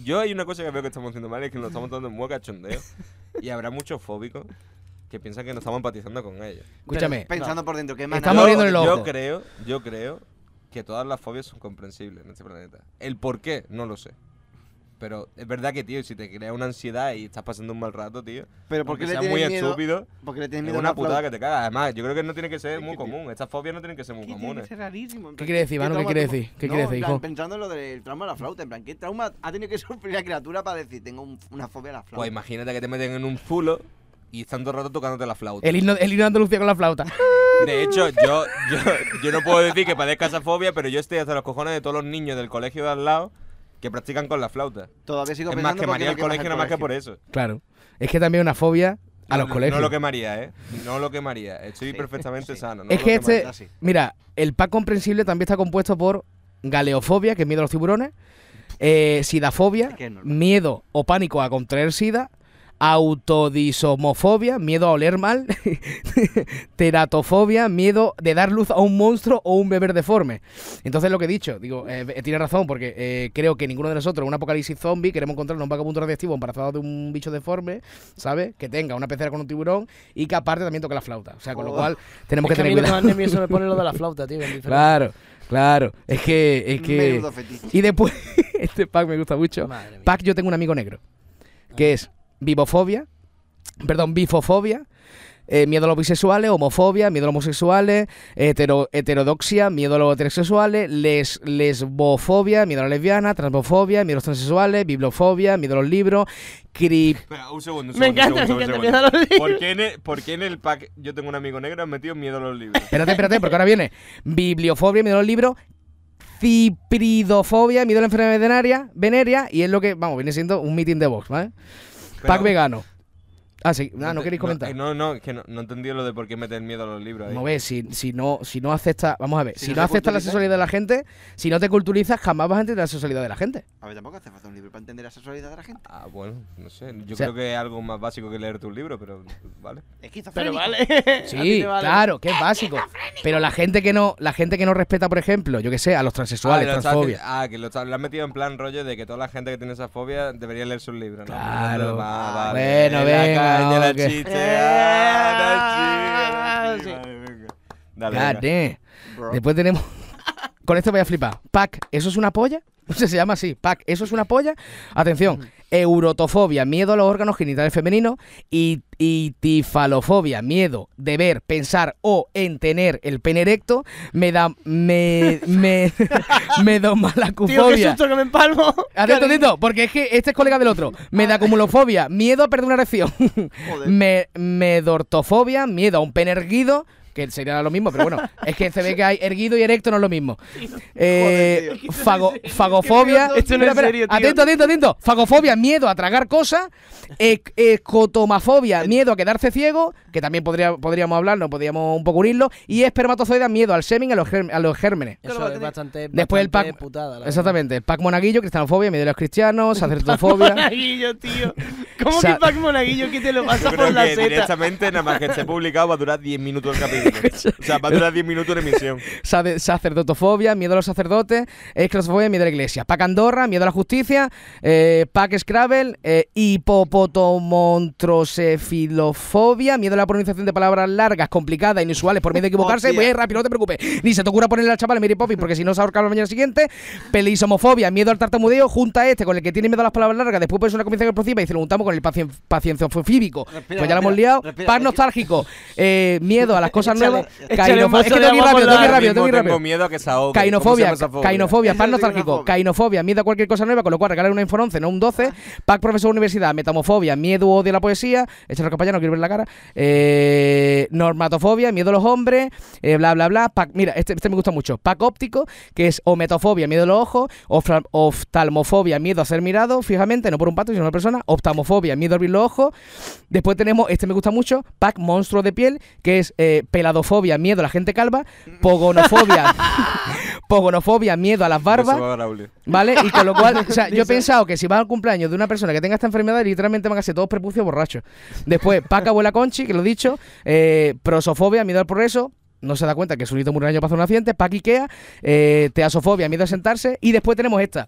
yo hay una cosa que veo que estamos haciendo mal es que nos estamos dando muy cachondeo y habrá muchos fóbicos que piensan que nos estamos empatizando con ellos.
escúchame.
Pensando por dentro, que más
Estamos
yo,
abriéndole los
yo
ojos.
creo, yo creo que todas las fobias son comprensibles en este planeta. El por qué, no lo sé. Pero es verdad que, tío, si te crea una ansiedad y estás pasando un mal rato, tío,
Pero porque
aunque
le
sea
tiene
muy
miedo.
estúpido,
Porque le tiene
es
miedo a
una
la
putada
flauta.
que te caga. Además, yo creo que no tiene que ser
Es
muy
que, tío,
común. Estas fobias no tienen que ser muy
Que tiene
comunes.
que ser rarísimo, en
¿Qué
plan,
quiere decir, Iván? ¿Qué
trauma
quiere
tuvo?
decir? ¿Qué
No,
quiere
en
decir,
plan,
hijo?
Pensando en lo del trauma de la flauta, en plan, ¿qué trauma ha tenido que sufrir la criatura para decir, tengo un- una fobia a la
Pues
flauta?
imagínate que te meten en un zulo y están todo el rato tocándote la flauta.
El himno, el himno de Andalucía con la flauta.
De hecho, yo, yo, yo no puedo decir que padezca esa fobia, pero yo estoy hasta los cojones de todos los niños del colegio de al lado que practican con la flauta.
Todavía sigo
Es más
pensando
que
por qué
María
no
el
quemas
colegio, nada más que por eso.
Claro. Es que también una fobia a
No,
los
no,
colegios.
No lo quemaría, ¿eh? No lo quemaría. Estoy perfectamente
sí.
sano. no
es
lo
que
quemaría.
este.
quemaría, sí.
Mira, el pack comprensible también está compuesto por galeofobia, que es miedo a los tiburones, eh, sidafobia,
Es que es normal.
miedo o pánico a contraer sida, autodisomofobia, miedo a oler mal, teratofobia, miedo de dar luz a un monstruo o un beber deforme. Entonces, lo que he dicho, digo, eh, eh, tiene razón, porque eh, creo que ninguno de nosotros, en un apocalipsis zombie, queremos encontrarnos un vagabundo radiactivo embarazado de un bicho deforme, ¿sabes? Que tenga una pecera con un tiburón y que aparte también toque la flauta. O sea, con lo
Joder.
cual tenemos que,
Es que a
tener
mí lo que
cuidado.
más nervioso me pone lo de la flauta, tío. que es diferente.
Claro, claro. Es que, es que.
Menudo fetiche.
Y después, este pack me gusta mucho.
Madre mía. Ah.
Pack, yo tengo un amigo negro. Que es vivofobia. Perdón, bifofobia. eh, miedo a los bisexuales, homofobia, miedo a los homosexuales, hetero- heterodoxia, miedo a los heterosexuales, les, lesbofobia, miedo a las lesbianas, transbofobia, miedo a los transexuales, bibliofobia, miedo a los libros, cri...
Espera, un segundo, un
Me
segundo, un
encanta,
segundo,
me encanta,
un segundo.
miedo a los libros.
¿Por qué, en el, por qué en el pack yo tengo un amigo negro han metido miedo a los libros?
Espérate, espérate, porque ahora viene bibliofobia, miedo a los libros, cipridofobia, miedo a la enfermedad venaria, veneria, y es lo que, vamos, viene siendo un meeting de box, ¿vale?
Pero-
Pack vegano. Ah, sí, ah,
te-
no queréis
eh,
comentar.
No, no, es que no, no entendí lo de por qué meter miedo a los libros ahí.
Vamos a ver, si, si no, si no aceptas, vamos a ver, si,
Si
no,
no te
aceptas la
culturizas.
sexualidad de la gente, si no te culturizas, jamás vas a entender la sexualidad de la gente.
A ver, tampoco hace falta un libro para entender la sexualidad de la gente.
Ah, bueno, no sé. Yo
O sea-
creo que es algo más básico que leer tu libro, pero vale.
Pero
Esquizofrénico.
vale. A ti
Sí,
te vale.
claro, que es básico. Pero la gente que no, la gente que no respeta, por ejemplo, yo que sé, a los transexuales,
ah, lo estás
transfobia.
haciendo- ah, que lo, estás- lo has metido en plan rollo de que toda la gente que tiene esa fobia debería leer sus libros. ¿no?
Claro.
Va,
Ah,
vale.
bueno,
la
venga,
caña, la
ok. Eh,
chiste.
Ah,
ah, la
sí.
chiste, vale, venga. Dale,
God
venga.
damn.
Bro.
Después tenemos. Con esto voy a flipar. Pac, ¿eso es una polla? Se llama así. Pac, ¿eso es una polla?
Mm.
Atención. Eurotofobia, miedo a los órganos genitales femeninos. Y, y tifalofobia, miedo de ver, pensar o en tener el pene erecto. Me da. Me. Me. me da
Tío, qué
malacufobia.
susto que me empalmo.
Atento, atento, porque es que este es colega del otro. Medacumulofobia, miedo a perder una erección.
Joder.
Me, medortofobia, miedo a un pene erguido. que sería lo mismo, pero bueno, es que se ve que hay erguido y erecto no es lo mismo. Eh,
Joder, tío.
fago- fagofobia.
Esto no es serio, tío.
Atento, atento, atento. Fagofobia, miedo a tragar cosas. Ec- Escotomafobia, miedo a quedarse ciego, que también podría, podríamos hablar, no podríamos un poco unirlo. Y espermatozoides, miedo al semen, a los, germ- a los gérmenes.
Eso es bastante,
Después el
bastante
pack-
putada, la verdad.
Exactamente, el Pac Monaguillo, cristianofobia, miedo a los cristianos, sacerdotofobia.
Monaguillo, tío. ¿Cómo
O sea-
que Pac Monaguillo que te lo
Yo
pasa
creo
por la
que
seta?
directamente, nada más que esté publicado, va a durar 10 minutos el capítulo. O sea, va a durar 10 minutos la emisión.
sade- sacerdotofobia, miedo a los sacerdotes, esclerosofobia, miedo a la iglesia. Pac Andorra, miedo a la justicia, eh, Pac Scrabble, eh, hipopotomontrosefilofobia, miedo a la pronunciación de palabras largas, complicadas, inusuales, por miedo a equivocarse.
Hostia.
Voy a ir rápido, no te preocupes. Ni se te ocurra ponerle al chaval Mary Poppins, porque si no se ahorca la mañana siguiente. Pelisomofobia, miedo al tartamudeo, junta este con el que tiene miedo a las palabras largas, después pones una comienza que prosiba y se lo juntamos con el pacien pacienciofíbico. Pues ya
Respira,
lo hemos
respira,
liado.
respira,
Pac
respira.
nostálgico, eh, miedo a las cosas
Échale,
nuevas.
échale
Cainofo- Es
un vaso
que
de
tengo que ir
agua por
rápido,
la-
tengo que ir
Ahora
rápido,
mismo
tengo que ir rápido.
Tengo miedo a que se ahogue.
Cainofobia,
¿Cómo se llama esa fobia?
cainofobia,
Eso
pan
es una
nostálgico,
fobia.
cainofobia, miedo a cualquier cosa nueva, con lo cual regalar una info 11, no un 12, pack profesor universidad, metamofobia, miedo odio a la poesía, échalo capallano, no quiero ver la cara, eh, normatofobia, miedo a los hombres, eh, bla, bla, bla, pack- mira, este, este me gusta mucho, pack óptico, que es ometofobia, miedo a los ojos, ofra- oftalmofobia, miedo a ser mirado, fijamente, no por un pato, sino una persona, oftalmofobia, miedo a abrir los ojos, Después tenemos, este me gusta mucho, Pack Monstruo de Piel, que es eh, peladofobia, miedo a la gente calva, pogonofobia, pogonofobia, miedo a las
Eso
barbas,
va, Braulio.
¿vale? Y con lo cual, o sea, yo he pensado que si vas al cumpleaños de una persona que tenga esta enfermedad, literalmente van a ser todos prepucios borrachos. Después, Pack Abuela Conchi, que lo he dicho, eh, prosofobia, miedo al progreso. No se da cuenta que es un hito muraño para hacer un accidente. Pack Ikea, eh, teasofobia, miedo a sentarse. Y después tenemos esta.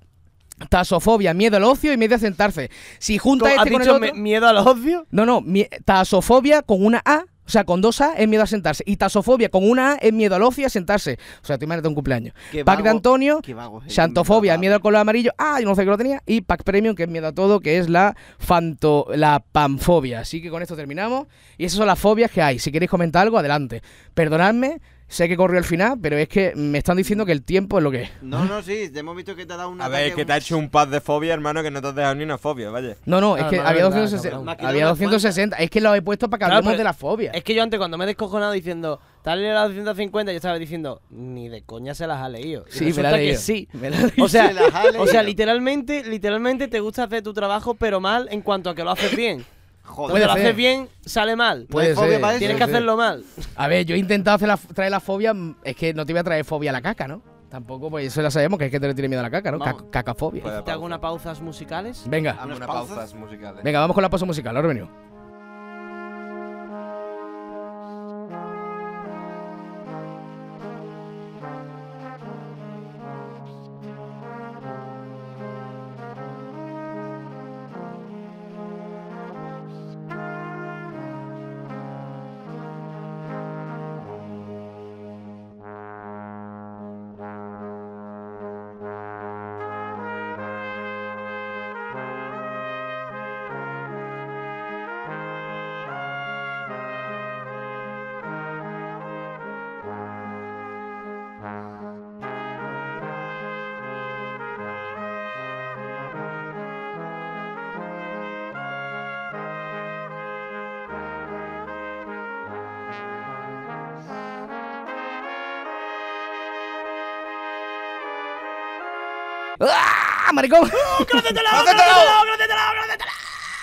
Tasofobia, miedo al ocio y miedo a sentarse. Si junta
¿Has
este con el
dicho
otro...
me- miedo a los odios?
No, no, mi- tasofobia con una A, o sea, con dos A es miedo a sentarse. Y tasofobia con una A es miedo al ocio y a sentarse. O sea, tú imagínate un cumpleaños.
Qué
Pac de
vago-
Antonio,
qué vago es el
Xantofobia,
inventado.
miedo al color amarillo. Ah, yo no sé que lo tenía. Y Pac Premium, que es miedo a todo, que es la fanto, la panfobia. Así que con esto terminamos. Y esas son las fobias que hay. Si queréis comentar algo, adelante. Perdonadme, sé que corrió al final, pero es que me están diciendo que el tiempo es lo que es.
No, no, sí, te hemos visto que te ha dado una.
A ver, que te ha hecho un pad de fobia, hermano, que no te has dejado ni una fobia, vaya.
No, no, es
Ah,
que
no,
había,
verdad,
260
cabrón.
Más que
había
no,
260. Es que lo he puesto para que
Claro,
hablemos
pero
de las fobias.
Es que yo antes cuando me he descojonado diciendo, tal era la 250, yo estaba diciendo, ni de coña se las ha leído. Y
Sí, me la
resulta
he
que
leído.
sí.
Me la he leído.
O sea,
Se las ha leído.
o sea, literalmente, literalmente te gusta hacer tu trabajo, pero mal en cuanto a que lo haces bien.
Puede
Cuando
Joder.
lo
ser.
haces bien, sale mal.
Puede
¿No hay fobia
ser,
para eso?
Tienes
puede
que
ser.
hacerlo mal.
A ver, yo he intentado hacer la- traer la fobia. mm, Es que no te voy a traer fobia a la caca, ¿no? Tampoco, pues eso ya sabemos que es que te le tiene miedo a la caca, ¿no? Ca-
Vamos.
cacafobia.
Pues- Vaya
¿Te hago
pausa.
unas pausas musicales?
Venga,
Hazme
Hazme
unas
unas
pausas.
pausas musicales.
venga, vamos con la pausa musical. Ahora venimos. ¡Ah, maricón!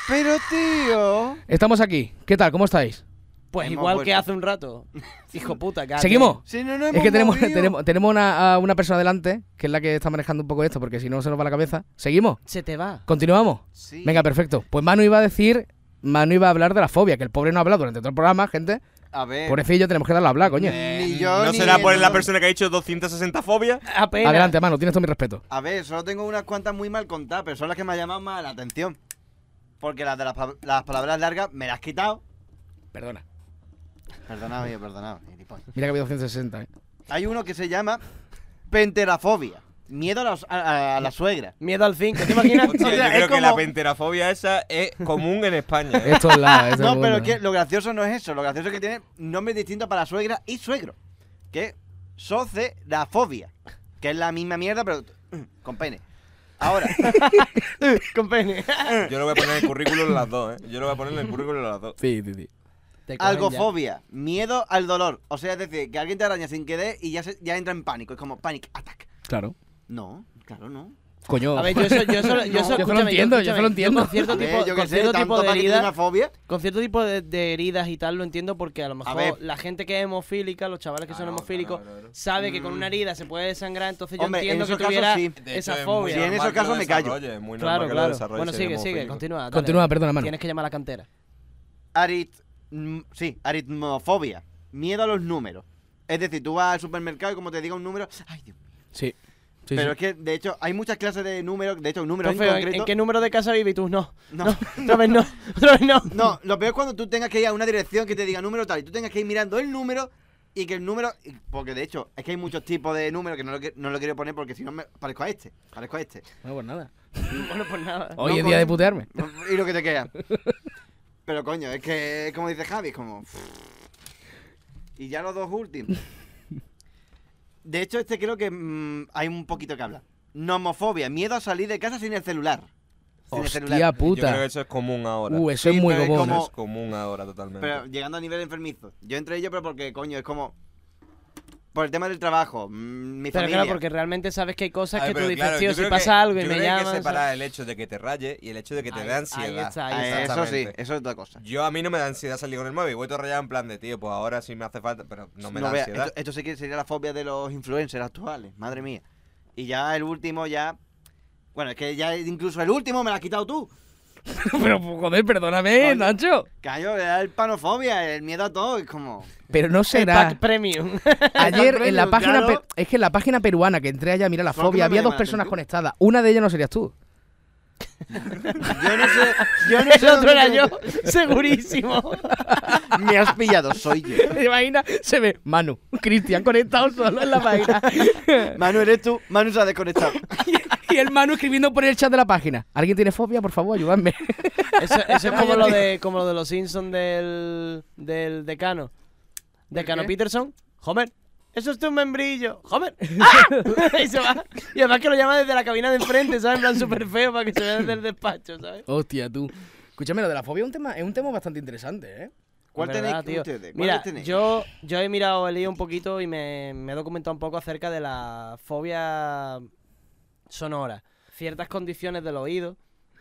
Pero, tío.
Estamos aquí. ¿Qué tal? ¿Cómo estáis?
Pues
Hemos
igual que
vuelto.
hace un rato. Hijo puta, cara.
¿Seguimos?
Si no, no
Es que tenemos, tenemos, tenemos una, a una persona delante, que es la que está manejando un poco esto, porque si no se nos va la cabeza. ¿Seguimos?
Se te va.
¿Continuamos? Venga, perfecto. Pues Manu iba a decir, Manu iba a hablar de la fobia, que el pobre no ha hablado durante todo el programa, gente.
A ver. eh,
Pobrecillo, tenemos que darle a hablar, coño.
Ni yo
¿No
ni
será por
él,
la
no.
persona que ha hecho 260 fobias?
Apenas.
Adelante, Manu, tienes todo mi respeto.
A ver, solo tengo unas cuantas muy mal contadas, pero son las que me han llamado más la atención. Porque las de las, pa- las palabras largas me las has quitado.
Perdona.
Perdonado, yo, perdonado. gilipollas.
Mira que había 260. ¿eh?
Hay uno que se llama penterafobia. Miedo a, las- a- a- a la suegra.
Miedo al 5, ¿te imaginas?
Hostia,
O sea,
yo
es
creo que
como-
la penterafobia esa es común en España. ¿eh?
Esto es la. esto es
No,
la
pero
buena.
que lo gracioso no es eso. Lo gracioso es que tiene nombres distintos para suegra y suegro. Que soce la fobia. Que es la misma mierda, pero con pene. Ahora,
Con pene.
Yo lo voy a poner en el currículum las dos, ¿eh? Yo lo voy a poner en el currículum las dos.
Sí, sí, sí. Te cogen ya.
Algofobia, miedo al dolor. O sea, es decir, que alguien te araña sin querer y ya, se- ya entra en pánico. Es como panic attack.
Claro.
No, claro, no.
Coño.
A ver, yo eso, yo eso, yo eso,
Yo solo
escúchame,
entiendo, yo
escúchame,
solo entiendo.
Con cierto
A ver,
tipo,
yo
con
qué sé,
cierto
tanto
tipo de
para que tiene una
heridas,
fobia.
con cierto tipo de, de heridas y tal lo entiendo porque a lo mejor
ver. Ah,
la gente que es hemofílica, los chavales que son
Claro,
hemofílicos,
claro, claro.
sabe que con una herida se puede desangrar, entonces yo
Mm. Hombre, en
entiendo que
esos casos
tuviera
sí.
De
esa
hecho, es muy
fobia.
Sí, en
normal
esos
que lo
casos me callo.
desarrolle, es muy normal
Claro,
que lo
claro.
desarrolle
Bueno,
ser
sigue, sigue,
hemofílico.
continúa. dale.
Continúa, perdona, mano.
Tienes que llamar a la cantera.
Arit... mm, Sí, aritmofobia. Miedo a los números. Es decir, tú vas al supermercado y como te diga un número... Ay, Dios mío.
Sí. Sí, sí.
Pero es que, de hecho, hay muchas clases de números. De hecho, números en
Entonces, ¿en,
concreto...
en qué número de casa vives tú? No.
No.
No, otra vez no. Otra vez no.
No, lo peor es cuando tú tengas que ir a una dirección que te diga número tal y tú tengas que ir mirando el número y que el número. Porque de hecho, es que hay muchos tipos de números que no lo, que- no lo quiero poner porque si no me parezco a este. Parezco a este.
Bueno, pues nada.
Bueno, pues nada.
Hoy
No,
es día de
coño.
putearme.
Y lo que te queda. Pero coño, es que es como dice Javi, es como. Y ya los dos últimos. De hecho, este creo que mm, hay un poquito que hablar. Nomofobia, miedo a salir de casa sin el celular. Sin el
Hostia
celular.
Yo creo que
puta.
eso es común ahora.
Uh, eso es
Sí,
muy
pero es
común.
Eso
como-
es común ahora totalmente.
Pero llegando a nivel enfermizo. Yo entre ellos, pero porque, coño, es como. Por el tema del trabajo, mm, mi
Pero
familia.
claro, porque realmente sabes que hay cosas
Ay,
que tú
pero
dices,
claro,
tío,
yo
si
creo que-
pasa algo y
yo
me
creo que Hay que
llamas.
separar el hecho de que te raye y el hecho de que te
Ahí-
dé
ahí
ansiedad.
está, ahí
Ah,
está.
eso sí,
Exactamente.
eso es otra cosa.
Yo a mí no me da ansiedad salir con el móvil. Voy todo rayado en plan de tío, pues ahora sí me hace falta, pero no me
No
da
vea,
ansiedad.
esto, esto sí que sería la fobia de los influencers actuales, madre mía. Y ya el último, ya. Bueno, es que ya incluso el último me lo has quitado tú.
Pero joder, perdóname,
Coño.
Nacho.
Caño, era el panofobia, el miedo a todo, es como.
Pero no
El
será.
pack premium.
Ayer en la
Claro.
página pe- es que en la página peruana que entré allá, mira la
Solo que no
fobia,
me
había dos
llama la
personas
atención.
conectadas. Una de ellas no serías tú.
Yo no sé. Yo no sé
El otro
dónde
era
te-
yo, segurísimo.
Me has pillado, soy yo.
¿Te imaginas? Se ve Manu, Cristian conectado solo en la página.
Manu, eres tú. Manu se ha desconectado.
y, y el Manu escribiendo por el chat de la página. ¿Alguien tiene fobia? Por favor, ayúdame.
Eso, eso es como lo de como lo de los Simpsons del, del decano. Decano
qué?
Peterson. Homer, eso es tu membrillo. Homer. ¡Ah! y se va. Y además que lo llama desde la cabina de enfrente, ¿sabes? En plan súper feo para que se vea desde el despacho, ¿sabes?
Hostia, tú. Escúchame, lo de la fobia es un tema, es un tema bastante interesante, ¿eh?
¿Cuál
¿Verdad,
tenéis
tío?
ustedes? ¿Cuál
Mira,
tenéis?
yo, yo he mirado, he leído un poquito y me, me he documentado un poco acerca de la fobia sonora. Ciertas condiciones del oído,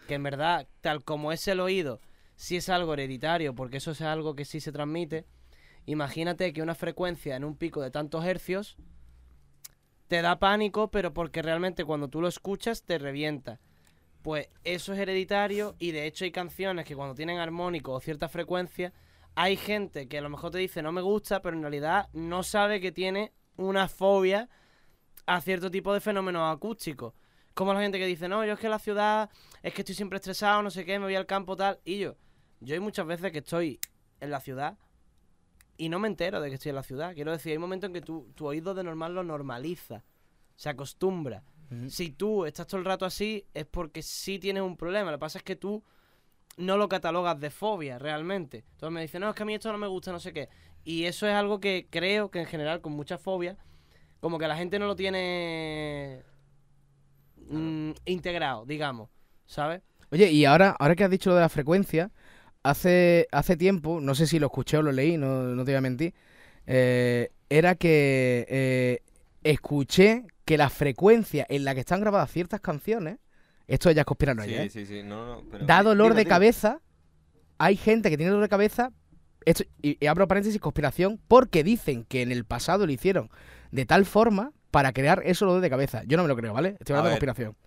que en verdad, tal como es el oído, sí es algo hereditario, porque eso es algo que sí se transmite. Imagínate que una frecuencia en un pico de tantos hercios te da pánico, pero porque realmente cuando tú lo escuchas te revienta. Pues eso es hereditario y de hecho hay canciones que cuando tienen armónico o cierta frecuencia, hay gente que a lo mejor te dice no me gusta, pero en realidad no sabe que tiene una fobia a cierto tipo de fenómenos acústicos. Como la gente que dice, no, yo es que la ciudad, es que estoy siempre estresado, no sé qué, me voy al campo tal. Y yo, yo hay muchas veces que estoy en la ciudad y no me entero de que estoy en la ciudad. Quiero decir, hay momentos en que tu, tu oído de normal lo normaliza, se acostumbra.
Mm.
Si tú estás todo el rato así, es porque sí tienes un problema. Lo que pasa es que tú no lo catalogas de fobia realmente. Entonces me dicen, no, es que a mí esto no me gusta, no sé qué. Y eso es algo que creo que en general, con mucha fobia, como que la gente no lo tiene mm, integrado, digamos. ¿Sabes?
Oye, y ahora, ahora que has dicho lo de la frecuencia, hace, hace tiempo, no sé si lo escuché o lo leí, no, no te voy a mentir, eh, era que eh, escuché que la frecuencia en la que están grabadas ciertas canciones, esto ya es conspiranoia,
Sí,
¿eh?
sí, sí. No, no, pero...
da dolor
Dime,
de
dime.
cabeza, hay gente que tiene dolor de cabeza, esto, y, y abro paréntesis, conspiración, porque dicen que en el pasado lo hicieron de tal forma para crear esos dolores de cabeza. Yo no me lo creo, ¿vale? Estoy
A
hablando de
ver.
conspiración.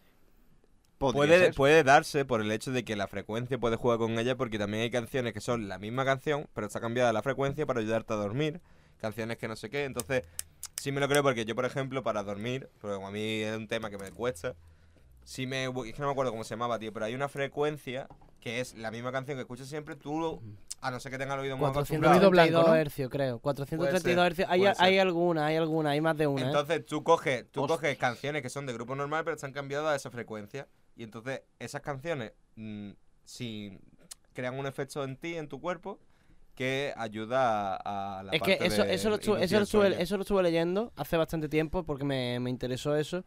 Podría
Puede,
ser.
puede darse por el hecho de que la frecuencia puede jugar con ella, porque también hay canciones que son la misma canción, pero está cambiada la frecuencia para ayudarte a dormir. Canciones que no sé qué. Entonces, sí me lo creo, porque yo, por ejemplo, para dormir, porque como a mí es un tema que me cuesta, sí me. Es que no me acuerdo cómo se llamaba, tío, pero hay una frecuencia que es la misma canción que escucho siempre, tú, lo- a no ser que tenga el oído muy
432
acostumbrado.
blanco, ¿no?
hercios, creo. 432
Puede ser,
hercios. Hay,
puede ser.
hay alguna, hay alguna, hay más de una. ¿eh?
Entonces tú coges, tú
Hostia.
coges canciones que son de grupo normal, pero están cambiadas a esa frecuencia. Y entonces esas canciones, mm, si crean un efecto en ti, en tu cuerpo, que ayuda a, a la
es que
parte
eso,
de
eso, lo estuve,
inducir
eso, lo
el
estuve,
sueño.
eso lo estuve leyendo hace bastante tiempo porque me, me interesó eso.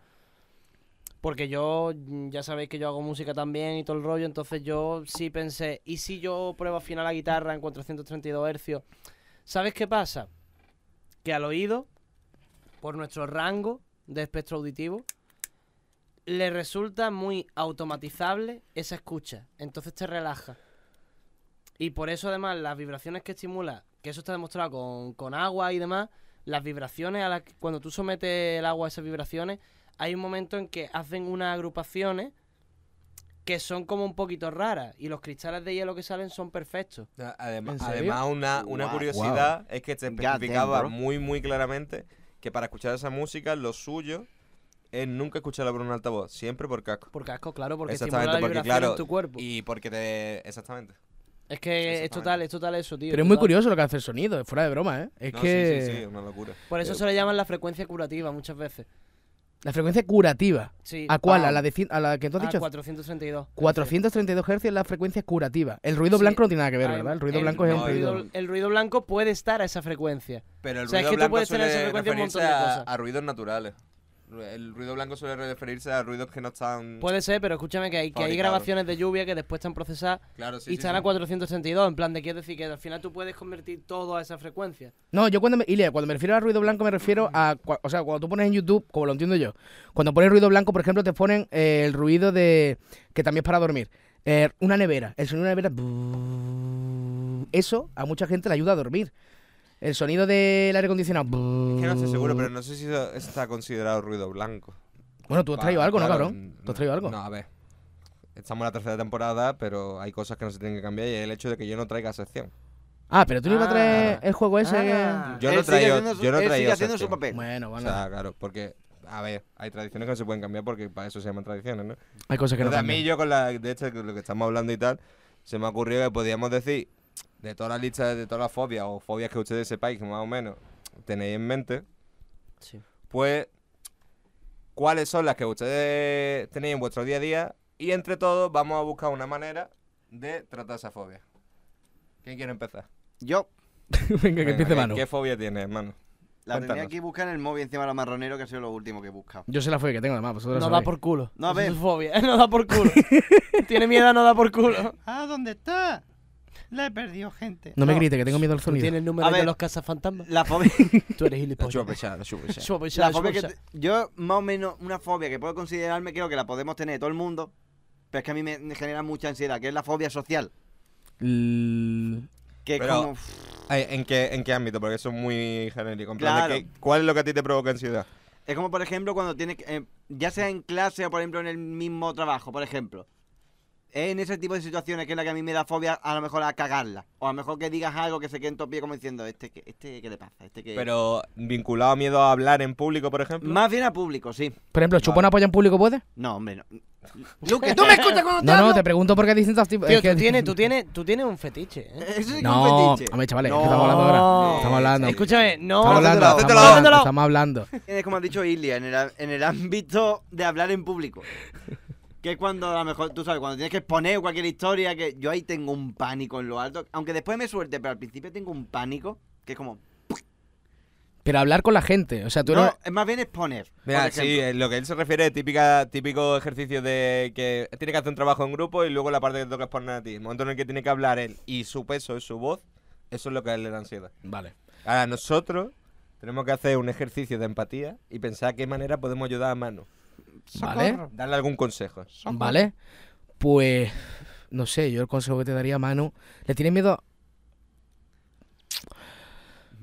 Porque yo, mm, ya sabéis que yo hago música también y todo el rollo, entonces yo sí pensé, ¿y si yo pruebo a afinar la guitarra en 432 hercios? ¿Sabes qué pasa? Que al oído, por nuestro rango de espectro auditivo, le resulta muy automatizable esa escucha. Entonces te relaja. Y por eso, además, las vibraciones que estimula, que eso está demostrado con, con agua y demás, las vibraciones a las que- cuando tú sometes el agua a esas vibraciones, hay un momento en que hacen unas agrupaciones que son como un poquito raras y los cristales de hielo que salen son perfectos.
A- Además,
¿En serio?
además una, una
Guau.
curiosidad es que te
Ya, damn,
especificaba
bro.
muy, muy claramente que para escuchar esa música, lo suyo es nunca escucharla por un altavoz, siempre por casco.
Por casco, claro, porque estimula la
Exactamente, porque
vibración
claro.
en tu cuerpo.
Y porque te. Exactamente.
Es que es
Exactamente.
total, es total eso, tío.
Pero es muy
total.
curioso lo que hace el sonido, es fuera de broma, ¿eh? Es
No, sí,
que.
sí, sí, una locura.
Por eso se le llaman la frecuencia curativa muchas veces.
La frecuencia curativa.
Sí.
¿A cuál?
Ah,
¿A la, de cien- a la que tú has
ah,
dicho?
432.
432 Hz es la frecuencia curativa. El ruido
Sí.
blanco no tiene nada que ver,
Ay,
¿verdad? El ruido blanco es
no,
un
el
ruido.
ruido-
el ruido blanco puede estar a esa frecuencia.
Pero el
O sea, es
ruido
que tú
blanco
puedes tener esa
suele
frecuencia en un montón
referirse
de
a,
cosas.
a ruidos naturales. Ru- El ruido blanco suele referirse a ruidos que no están.
Puede ser, pero escúchame que hay, que hay
Fabricado.
grabaciones de lluvia que después están procesadas
Claro,
y
sí. sí,
están
sí.
a 432. En plan, de quiero decir que al final tú puedes convertir todo a esa frecuencia.
No, yo cuando me, Ilia, cuando me refiero a ruido blanco me refiero a, cua- o sea, cuando tú pones en YouTube, como lo entiendo yo, cuando pones ruido blanco, por ejemplo, te ponen eh, el ruido de, que también es para dormir, eh, una nevera, el sonido de una nevera, eso a mucha gente le ayuda a dormir. El sonido del aire acondicionado.
Es que no estoy seguro, pero no sé si eso está considerado ruido blanco.
Bueno, tú has traído
Pa-
algo, ¿no,
claro,
cabrón?
mm,
¿Tú has traído algo?
No, a ver. Estamos en la tercera temporada, pero hay cosas que no se tienen que cambiar y el hecho de que yo no traiga sección.
Ah, pero tú no ibas a traer
Ah.
el juego ese
Ah.
Yo
Él
no
sigue
traigo-
haciendo su-
yo no
él
traigo
sigue haciendo
sección.
su
que...
papel.
Bueno,
O
bueno.
sea, claro, porque, a ver, hay tradiciones que no se pueden cambiar porque para eso se llaman tradiciones, ¿no?
hay cosas que no
Entonces, a mí
cambian.
yo con la, de hecho, con lo que estamos hablando y tal, se me ocurrió que podíamos decir, de todas las listas, de todas las fobias o fobias que ustedes sepáis, que más o menos tenéis en mente,
Sí.
pues cuáles son las que ustedes tenéis en vuestro día a día y entre todos vamos a buscar una manera de tratar esa fobia. ¿Quién quiere empezar?
Yo
Venga, que
Venga,
empiece
¿qué-
Manu.
¿Qué fobia tienes, hermano?
la tenía
Cuéntanos.
que buscar en el móvil encima de los marroneros, que ha sido lo último que he buscado.
Yo sé la fobia que tengo, además, vosotros
No
lo
da
sabéis.
por culo.
No, a
Eso
ver.
Es fobia. No da por culo. Tiene miedo, no da por culo.
Ah, ¿dónde está? La he perdido, gente.
No me
No.
grite, que tengo miedo al
Tú
sonido.
tienes el número
A
de
ver.
los cazafantasmas. pues,
La fobia.
Tú eres gilipollas. Chupa,
La
chupa,
fobia que
chupa.
te- yo, más o menos, una fobia que puedo considerarme, creo que la podemos tener todo el mundo, pero es que a mí me genera mucha ansiedad, que es la fobia social.
L-
Que es
Pero-
como. pff,
Ay, Eh, ¿En qué, ¿En qué ámbito? Porque eso es muy genérico. en plan de
Claro.
que- ¿Cuál es lo que a ti te provoca ansiedad?
Es como, por ejemplo, cuando tienes que. eh, ya sea en clase o, por ejemplo, en el mismo trabajo, por ejemplo. En ese tipo de situaciones que es la que a mí me da fobia, a lo mejor a cagarla. O a lo mejor que digas algo que se quede en tu pie como diciendo, este, que- este ¿qué le pasa? Este que...
Pero vinculado a miedo a hablar en público, por ejemplo.
Más bien a público, sí.
Por ejemplo, ¿chupar una polla en público puede?
No, hombre, no. Luke, tú me escuchas cuando te
No, no,
hablo?
te pregunto porque hay distintos tipos.
Tío,
es que-
tú tienes, tú, tienes, tú tienes un fetiche, ¿eh?
Eso sí que es
No,
un fetiche.
hombre, chavales, es
no.
que estamos hablando ahora.
No.
Estamos hablando.
Escúchame, no.
Estamos hablando, estamos
Hacételo, hacételo.
hablando,
Hacételo.
estamos hablando.
Es como ha dicho Ilia, en el, a- en el ámbito de hablar en público. Que es cuando a lo mejor, tú sabes, cuando tienes que exponer cualquier historia, que yo ahí tengo un pánico en lo alto. Aunque después me suelte, pero al principio tengo un pánico, que es como...
Pero hablar con la gente, o sea, tú
no,
no...
es más bien exponer. por
Mira, sí,
ejemplo.
eh, lo que él se refiere es típica, típico ejercicio de que tiene que hacer un trabajo en grupo y luego la parte que te toca exponer a ti. El momento en el que tiene que hablar él y su peso es su voz, eso es lo que a él le da ansiedad.
Vale.
Ahora, nosotros tenemos que hacer un ejercicio de empatía y pensar qué manera podemos ayudar a Manu.
Vale.
Darle algún consejo.
Vale. Pues... No sé, yo el consejo que te daría, Manu... ¿Le tienes miedo?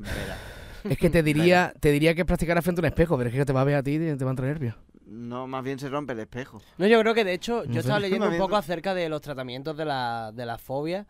Espera.
Es que te diría te diría que practicaras frente a un espejo, pero es que te va a ver a ti y te va a entrar nervios.
No, más bien se rompe el espejo.
No, yo creo que de hecho, yo estaba
sé.
leyendo un
Me
poco
viendo.
acerca de los tratamientos de la, de la fobia.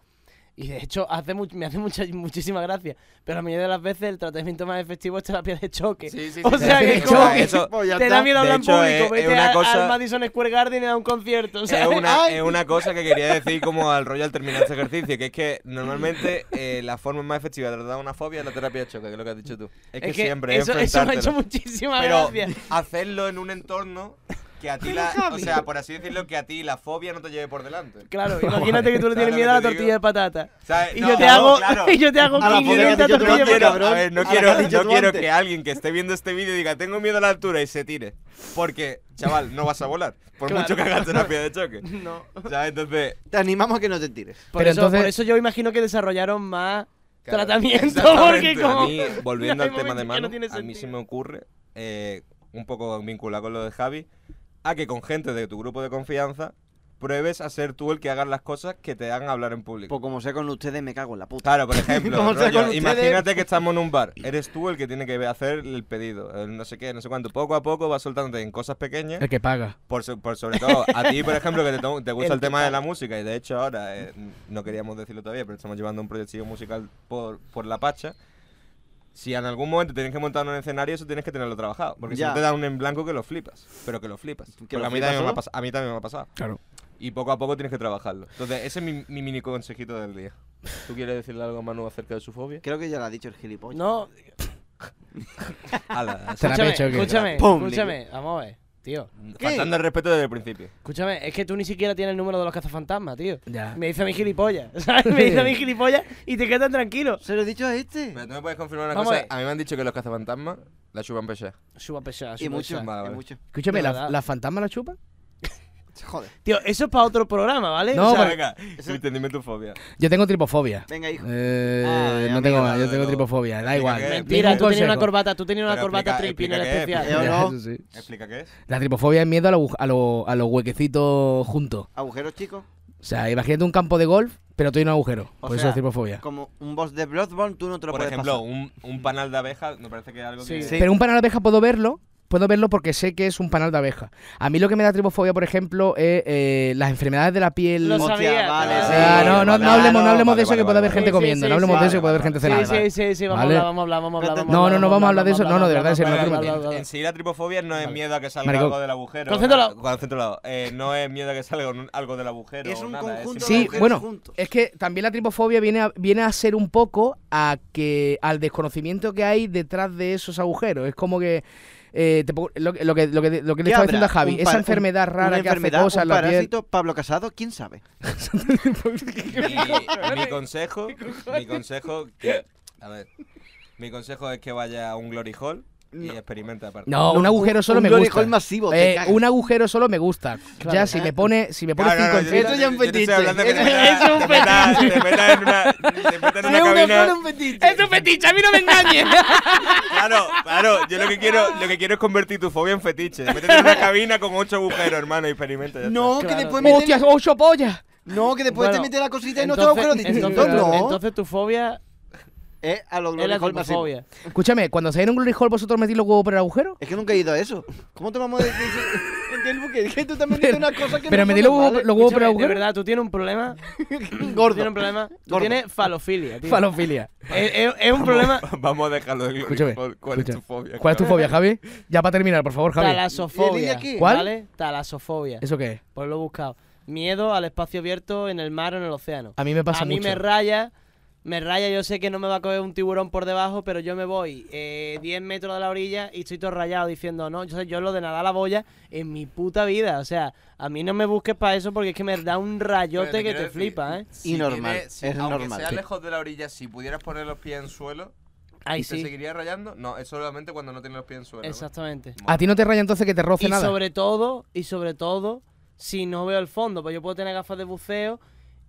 Y de hecho, hace mu- me hace mucha, muchísima gracia. Pero la mayoría de las veces el tratamiento más efectivo es terapia de choque. o
terapia
sea, que
de
es como
choque.
que
Eso-
Pues ya
te
está.
da miedo
De
hablar en
hecho,
público.
es- es
Vete
una
a-
cosa-
al Madison Square Garden y a un concierto. O sea,
es, una,
¡ay!
es una cosa que quería decir como al rollo al terminar este ejercicio, que es que normalmente eh, la forma más efectiva de tratar una fobia es la terapia de choque, que es lo que has dicho tú. Es, que, siempre es
eso, eso me ha hecho
enfrentártela.
muchísima
Pero
gracia.
hacerlo en un entorno que a ti
Pero,
la. O
Javi.
sea, por así decirlo, que a ti la fobia no te lleve por delante.
Claro, imagínate que tú le
¿Sabes
tienes
lo
miedo
que
a la
te
tortilla
digo?
de patata.
O sea,
Y
no,
yo te
claro,
hago,
claro.
y yo te hago
A la pobre
500
que yo te
No
tortillas de
Oye,
quiero,
patata.
cabrón,
a ver, no
a la
quiero,
que has dicho
no
tú
quiero
antes.
que alguien que esté viendo este vídeo diga tengo miedo a la altura y se tire. Porque, chaval, no vas a volar. Por
Claro.
mucho que hagas terapia de choque.
No.
¿Sabes? Entonces.
Te animamos a que no te tires.
Por,
Pero
eso,
entonces-
por eso yo imagino que desarrollaron más
claro,
tratamiento.
exactamente.
Porque como...
A mí, volviendo
hay
al tema
momentos
de
que no
mano,
tiene
a mí se
sentido.
me ocurre, eh, un poco vinculado con lo de Javi, a que con gente de tu grupo de confianza pruebes a ser tú el que hagas las cosas que te hagan hablar en público.
Pues como sea con ustedes, me cago en la puta.
Claro, por ejemplo,
Como sea
rollo,
con ustedes.
imagínate que estamos en un bar. Eres tú el que tiene que hacer el pedido, el no sé qué, no sé cuánto. Poco a poco vas soltándote en cosas
¿Eh?
pequeñas.
El que paga.
Por, so- por sobre todo, a ti, por ejemplo, que te, to- te gusta
El
el tema
total.
de la música, y de hecho ahora, eh, no queríamos decirlo todavía, pero estamos llevando un proyectillo musical por, por la pacha. Si en algún momento tienes que montar un escenario, eso tienes que tenerlo trabajado. Porque si
Ya.
no te da un en blanco que lo flipas. Pero que lo flipas.
¿Que
Porque
lo
a, mí
flipas
también me ha
solo?
pas- a mí también me ha pasado.
Claro.
Y poco a poco tienes que trabajarlo. Entonces, ese es mi, mi mini consejito del día. ¿Tú quieres decirle algo a Manu acerca de su fobia?
Creo que ya lo ha dicho el gilipollas.
No,
Ala,
Te la
escúchame,
pecho, ¿o qué?
escúchame,
Pum,
escúchame. Vamos a ver, tío.
faltando el respeto desde el principio.
Escúchame, es que tú ni siquiera tienes el número de los cazafantasmas, tío.
Ya.
Me dice mi gilipollas, ¿sabes? Me dice mi gilipollas y te quedas tranquilo.
Se lo he dicho a este.
Pero tú me puedes confirmar una
Vamos a
cosa.
ver.
A mí me han dicho que los cazafantasmas la chupan pesada.
Suba pesada,
Y
suba
mucho,
pesada.
Vale,
y
vale.
mucho.
Escúchame,
De
¿la,
verdad.
¿la fantasma la chupa?
Joder.
Tío, eso es para otro programa, ¿vale?
No,
O sea,
para-
venga,
Eso-
Cristian, dime tu fobia.
Yo tengo tripofobia.
Venga, hijo.
Eh,
Ay,
no tengo
amigo,
más, yo
no,
tengo
no.
tripofobia, da
Explica
igual.
qué es.
Mentira,
Ningún
tú tenías una
consejo.
corbata, tú tenías una
Pero
corbata
explica-
tripping en
explica qué es,
especial.
explica
Ya,
¿O no?
eso sí.
Explica qué es.
La tripofobia es miedo a, la agu- a lo- a los huequecitos juntos.
Agujeros chicos.
O sea, imagínate un campo de golf, pero tú en un agujero.
O
por eso
sea,
es tripofobia.
Como un boss de Bloodborne, tú no te lo
Por
puedes
ejemplo,
pasar.
un, un panal de abejas me parece que es algo que...
Sí.
Pero un panal de abeja puedo verlo. Puedo verlo porque sé que es un panal de abeja. A mí lo que me da tripofobia, por ejemplo, es eh, las enfermedades de la piel.
Lo
O
Hostia,
sabía.
vale,
tío.
sí,
sea, Ah, no, no,
vale,
no hablemos, no
vale,
hablemos
vale,
de eso
vale,
que puede haber
vale,
gente
vale.
comiendo. no
Sí, sí,
hablemos
sí,
de eso que puede haber
vale,
gente
Sí,
cenando.
sí, sí, sí, vamos
Vale.
a hablar, vamos a hablar, vamos a hablar.
No, no, no, vamos a hablar de eso. No, no, de verdad, en serio,
Vale,
no,
vale,
no, no,
vale. en sí la tripofobia no es
Vale.
miedo a que salga
Maricón.
algo del agujero.
Concentrado.
nada, concentrado. Eh, no es miedo a que salga un- algo del agujero.
Es
o
un
nada,
Sí,
conjunto
simplemente-
agujeros
bueno,
juntos.
es que también la tripofobia viene a, viene a ser un poco a que al desconocimiento que hay detrás de esos agujeros. Es como que eh, te pongo- lo, que- lo que, lo que, lo que le
¿Qué
estaba
habrá?
diciendo a Javi,
Un
esa
par-
enfermedad
un-
rara
una
que
enfermedad,
hace cosas en
un
la piel.
parásito, Pablo Casado, quién sabe.
Mi- mi consejo, mi consejo, que- a ver, mi consejo es que vaya a un glory hall y experimente aparte.
No, un agujero solo
un
me
glory
gusta.
hall masivo, te
Eh,
cagas.
un agujero solo me gusta.
Claro.
ya si me pone, si me pone
Claro, no,
cinco
no,
en
yo-
seis-
Esto ya es un
yo te estoy
fetiche.
hablando que te
Es-
metas-
es un
te metas- te metas en una, te metas en una cabina.
Es un fetiche, a mí no me engañes.
Claro, claro, yo lo que quiero, lo que quiero es convertir tu fobia en fetiche. Métete en una cabina con ocho agujeros, hermano, y experimenta. ya está.
No,
Claro.
que después mete-
¡Hostias, ocho pollas!
No, que después
Bueno,
te mete la cosita en otro
Entonces,
agujero distinto.
entonces,
No,
entonces tu fobia
es Eh, a los
es la
gloriosos masivos.
tripofobia.
Escúchame, cuando se en un glory hall, ¿vosotros metís los huevos por el agujero?
Es que nunca he ido a eso. ¿Cómo te vamos a decir eso? Entiendo porque es que tú también dices unas cosas que
Pero
no
metí
son
los huevos,
normales.
los huevos por el
Escúchame, de
agujero.
verdad, tú tienes un problema. Tú
Gordo.
tienes un problema. Tú
Gordo.
tienes falofilia, tío.
Falofilia.
es, es- es un problema.
Vamos a dejarlo de glory
Escúchame,
hall. ¿Cuál
escúchame.
es tu fobia?
¿Cuál es tu fobia, Javi? Ya para terminar, por favor, Javi.
¿Y el
Talasofobia.
niño qué?
¿Cuál?
¿Vale? Talasofobia.
¿Eso qué es?
Por lo buscado. Miedo al espacio abierto en el mar o en el océano.
A mí me pasa
a mí
mucho.
me raya, me raya, yo sé que no me va a coger un tiburón por debajo, pero yo me voy eh, 10 metros de la orilla y estoy todo rayado diciendo, no, yo, yo lo de nadar a la boya en mi puta vida, o sea, a mí no me busques para eso porque es que me da un rayote que te flipa, ¿eh?
si Y normal, tienes- si- es aunque normal, sea sí.
lejos de la orilla, si pudieras poner los pies en suelo,
Ahí sí,
seguiría rayando? No, es solamente cuando no tienes los pies en suelo.
exactamente.
¿A ti no te raya entonces que te roce
Y
nada?
sobre todo, y sobre todo, si no veo el fondo, pues yo puedo tener gafas de buceo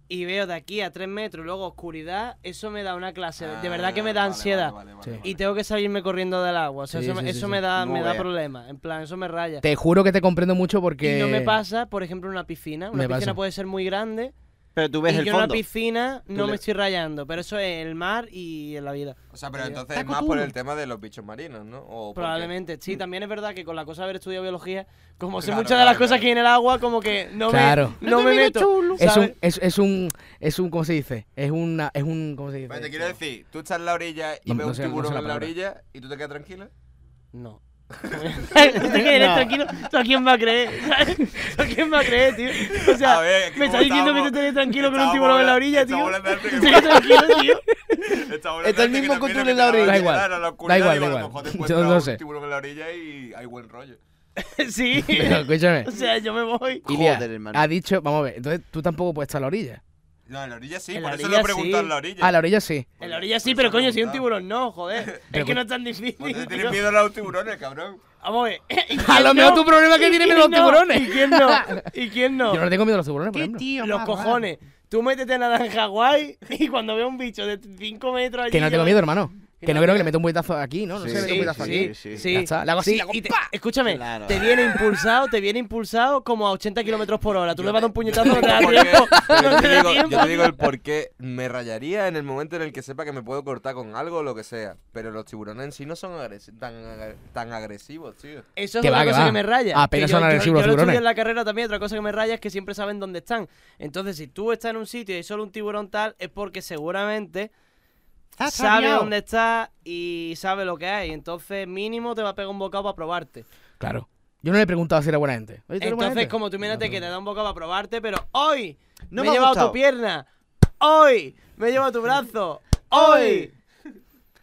y veo de aquí a 3 metros, luego oscuridad, eso me da una clase, de- de
Ah,
verdad que me da ansiedad.
Sí.
Y tengo que salirme corriendo del agua. O sea,
Sí,
eso, me-
sí, sí,
eso
sí.
me da,
No
me da
veas.
problemas. En plan, eso me raya.
Te juro que te comprendo mucho porque...
Y no me pasa, por ejemplo, en una piscina. Una
Me
piscina
pasa.
puede ser muy grande.
Pero tú
y
ves
yo
el
en una
fondo.
piscina no
le-
me estoy rayando. Pero eso es el mar y en la vida.
O sea, pero
Mira.
entonces es más por el tema de los bichos marinos, ¿no? O porque-
Probablemente. Sí, también es verdad que con la cosa de haber estudiado biología, como sé
Mm. Claro,
muchas de las
claro,
cosas
claro.
que hay en el agua, como que no
Claro.
me, no me meto.
Es
¿sabes?
un, es, es un, es un, ¿cómo se dice? Es una, es un, ¿cómo se dice?
Vale, te quiero decir, tú estás en la orilla y
No-
ves
no
un
sé- no sé
tiburón
la
en la
palabra.
orilla y tú te quedas tranquila.
No. ¿Tú te quieres
No.
tranquilo? ¿Tú a quién va a creer? ¿Tú a quién va a creer, tío? O sea,
A ver,
me
¿cómo
estás diciendo que
estábamos?
te tenés tranquilo con un
Estábamos
tiburón en la
hablando-
orilla, tío.
estábamos hablando de-
¿Tú te quedas tranquilo, tío?
Está
Está el mismo control en la orilla.
Da igual, da igual, da igual. Yo no sé.
tiburón en la orilla y hay buen rollo.
sí.
Pero escúchame.
o sea, yo me voy.
Ilia,
Joder, hermano.
ha dicho, vamos a ver, entonces tú tampoco puedes estar a la orilla.
No, en la orilla sí,
En
por
la
eso
orilla
lo preguntan
sí.
en la orilla.
A la orilla sí.
En la orilla sí, pero coño, si hay un
preguntaba.
tiburón, no, joder.
Pero pues,
es que
cu-
no es tan difícil.
Porque le
tío.
tienes miedo a los tiburones, cabrón.
Vamos a ver. ¿Y
A
quién
lo mejor
no?
tu problema es que
¿Y
tiene
quién
miedo a los
no?
tiburones.
¿Y quién no? ¿Y quién no?
Yo no le tengo miedo a los tiburones, por ejemplo.
Los cojones. Tú métete en naranja guay y cuando veo un bicho de 5 metros allí...
Que no
yo-
tengo miedo, hermano.
Que
Que no
no
creo
te-
que le meta un puñetazo aquí, ¿no? No
Sí,
sé, le meto un
sí,
puñetazo
sí,
aquí.
sí.
Ya está, le hago así, le hago
y te-
¡pa!
escúchame,
Claro.
te viene impulsado, te viene impulsado como a 80 kilómetros por hora. Tú le vas a dar un puñetazo, no te da
Porque-
tiempo.
pero
No
yo,
te
te
da
digo, yo
tiempo.
te digo el por qué me rayaría en el momento en el que sepa que me puedo cortar con algo o lo que sea. Pero los tiburones en sí no son agresi- tan, agre- tan agresivos, tío.
Eso es
Que
otra
va, que
cosa
va.
que me raya.
Apenas
Que
son
yo- yo-
agresivos los
yo lo estudié
tiburones.
en la carrera también, otra cosa que me raya es que siempre saben dónde están. Entonces, si tú estás en un sitio y hay solo un tiburón tal, es porque seguramente sabe dónde está y sabe lo que hay. Entonces, mínimo te va a pegar un bocado para probarte.
Claro. Yo no le he preguntado si era buena gente. Oye, ¿tú eres buena
Entonces,
gente?
como tú imagínate
No,
que
no.
te da un bocado para probarte, pero hoy
No
me,
me ha
he llevado
gustado.
tu pierna, hoy me he llevado tu brazo, hoy.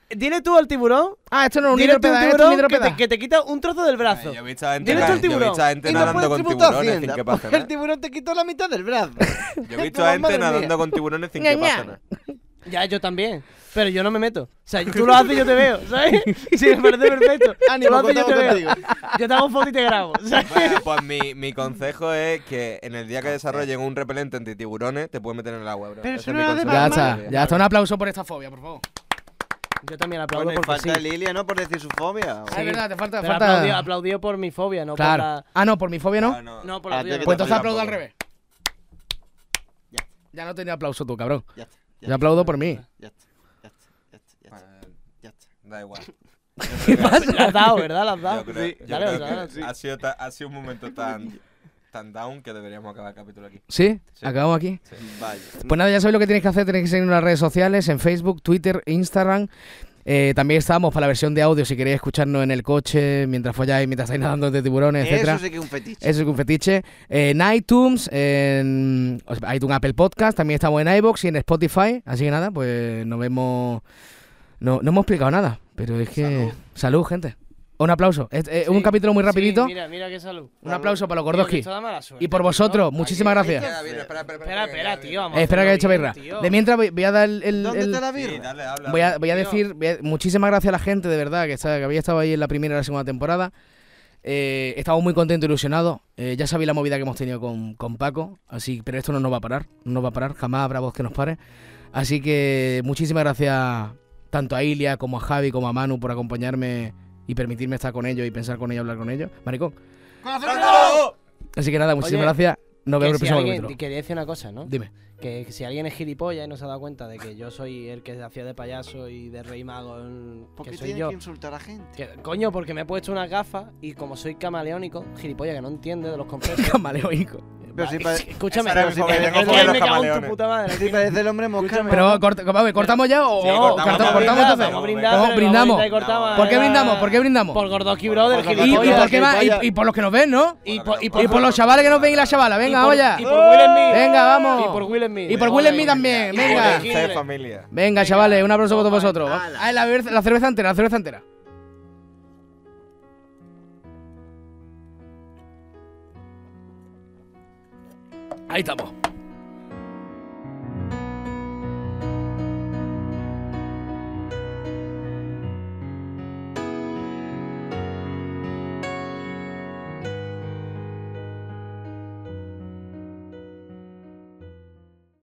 Dile tú al tiburón,
Ah, esto no es un
dile tú
hidropeda,
al
esto es un
tiburón que
hidropeda.
te, que te quita un trozo del brazo.
Yo he visto a gente,
Dile tú al
yo he visto
tiburón.
a gente
Y no
nadando
puedes
con
tributar a
tiburones sin
Hacienda,
que
porque
pase nada.
el tiburón te quitó la mitad del brazo.
Yo he visto
Pero,
a
madre
gente
mía.
nadando con tiburones sin que pase nada.
Ya, yo también. Pero yo no me meto. O sea, tú lo haces y yo te veo, ¿sabes? Sí, me parece perfecto.
Ánimo,
Tú lo haces y yo te
contamos
veo. Yo te hago foto y te grabo, ¿sabes?
Bueno, pues mi, mi consejo es que en el día que desarrollen un repelente anti tiburones, te puedes meter en el agua, bro.
Pero
Ese
eso
es mi
no era de
consejo.
Ya
Mamma
está,
mía.
ya está. Un aplauso por esta fobia, por favor. Ah,
Yo también
Bueno,
aplaudo
y
porque sí.
falta Lilia, ¿no? Por decir su fobia.
Ah, es verdad, te falta.
Pero
falta-
aplaudido, aplaudido por mi fobia, no
claro.
por la...
Ah, no, por mi fobia no.
Ah, no.
No, por la
Ah,
tuya.
tío,
Pues entonces
Tampoco.
aplaudo al revés.
Ya.
Ya no tenía aplauso tú, cabrón.
Ya está.
Yo aplaudo por mí.
Ya está. Ya está. Ya está. Ya
Bueno,
está. Ya está.
Da igual.
¿Qué pasa? La has dado, ¿verdad? La has
Yo
dado.
creo,
Dale
yo creo
otra,
que
dale otra.
ha, sido ta- ha sido un momento tan, tan down que deberíamos acabar el capítulo aquí.
¿Sí?
Sí.
¿Acabamos aquí?
Vaya.
Pues nada, ya sabéis lo que tenéis que hacer. Tenéis que seguirnos en las redes sociales, en Facebook, Twitter, Instagram. Eh, también estamos para la versión de audio si queréis escucharnos en el coche, mientras folláis, mientras estáis nadando de tiburones, etcétera.
Eso sí que es un fetiche.
Eso es un fetiche. En iTunes, en o sea, iTunes Apple Podcast, también estamos en iBox y en Spotify. Así que nada, pues nos vemos. No, no hemos explicado nada, pero es que. Salud, gente. Un aplauso. Es, es un
Sí,
capítulo muy
sí,
rapidito.
mira, mira qué salud.
un aplauso para los
Tío, que
Gordoski.
esto da mala suerte,
Y por
tío.
vosotros, muchísimas
Aquí-
gracias.
Ya, mira, espera, espera,
Espera, espera, tío. Vamos
Eh,
a
espera que he hecho
hacerlo
birra.
bien, tío.
De mientras voy, voy a dar el. el-
¿Dónde
el-
está la
Sí,
birra?
dale, habla.
voy, a,
habla.
voy a
Tío.
decir. voy a- muchísimas gracias a la gente, de verdad, que, está- que había estado ahí en la primera y la segunda temporada. Eh, estamos muy contentos, ilusionados. Eh, ya sabéis la movida que hemos tenido con, con Paco. Así, pero esto no nos va a parar. No nos va a parar. Jamás habrá voz que nos pare. Así que muchísimas gracias tanto a Ilia como a Javi como a Manu por acompañarme y permitirme estar con ellos y pensar con ellos, hablar con ellos. Maricón.
¡Sácalo!
Así que nada, muchísimas
Oye,
gracias. Nos vemos
Que
en el
si
próximo
alguien-
capítulo.
Quería decir una cosa, ¿no?
Dime.
Que, que si alguien es gilipollas y no se ha dado cuenta de que yo soy el que hacía de payaso y de rey mago, en-
¿Por
que
qué
soy
tienes
yo.
que insultar a gente?
Que- coño, porque me he puesto una gafa y como soy camaleónico, gilipollas que no entiende de los conceptos.
Camaleónico.
Pero si
Va,
pa-
es- escúchame,
Esa era mi
si-
fobia,
eh,
tengo
eh,
fobia a los
me cago en tu
camaleones.
puta madre.
Si parece el hombre mosca.
Escúchame.
Pero corta- vamos, ¿cortamos ya o
Sí, cortamos,
corta-
vamos a
cortamos
brindar,
entonces?
vamos a
Vamos, brindamos.
Ah,
¿Por qué brindamos? ¿Por qué brindamos?
Por Gordoski Brother,
Por
Y- y,
Gilipollas,
por
gilipollas.
qué más?
gilipollas.
Y- y por los que nos ven, ¿no?
Y por- y
Y por los chavales que nos ven y las chavalas.
y
Venga,
por-
vaya.
Y por Will Smith.
Venga, vamos.
Y por Will Smith.
Y por Will Smith también. Venga.
Esta es familia.
Venga, chavales, un aplauso para todos vosotros. Ah, la, ver- la cerveza entera, la cerveza entera. Ahí estamos.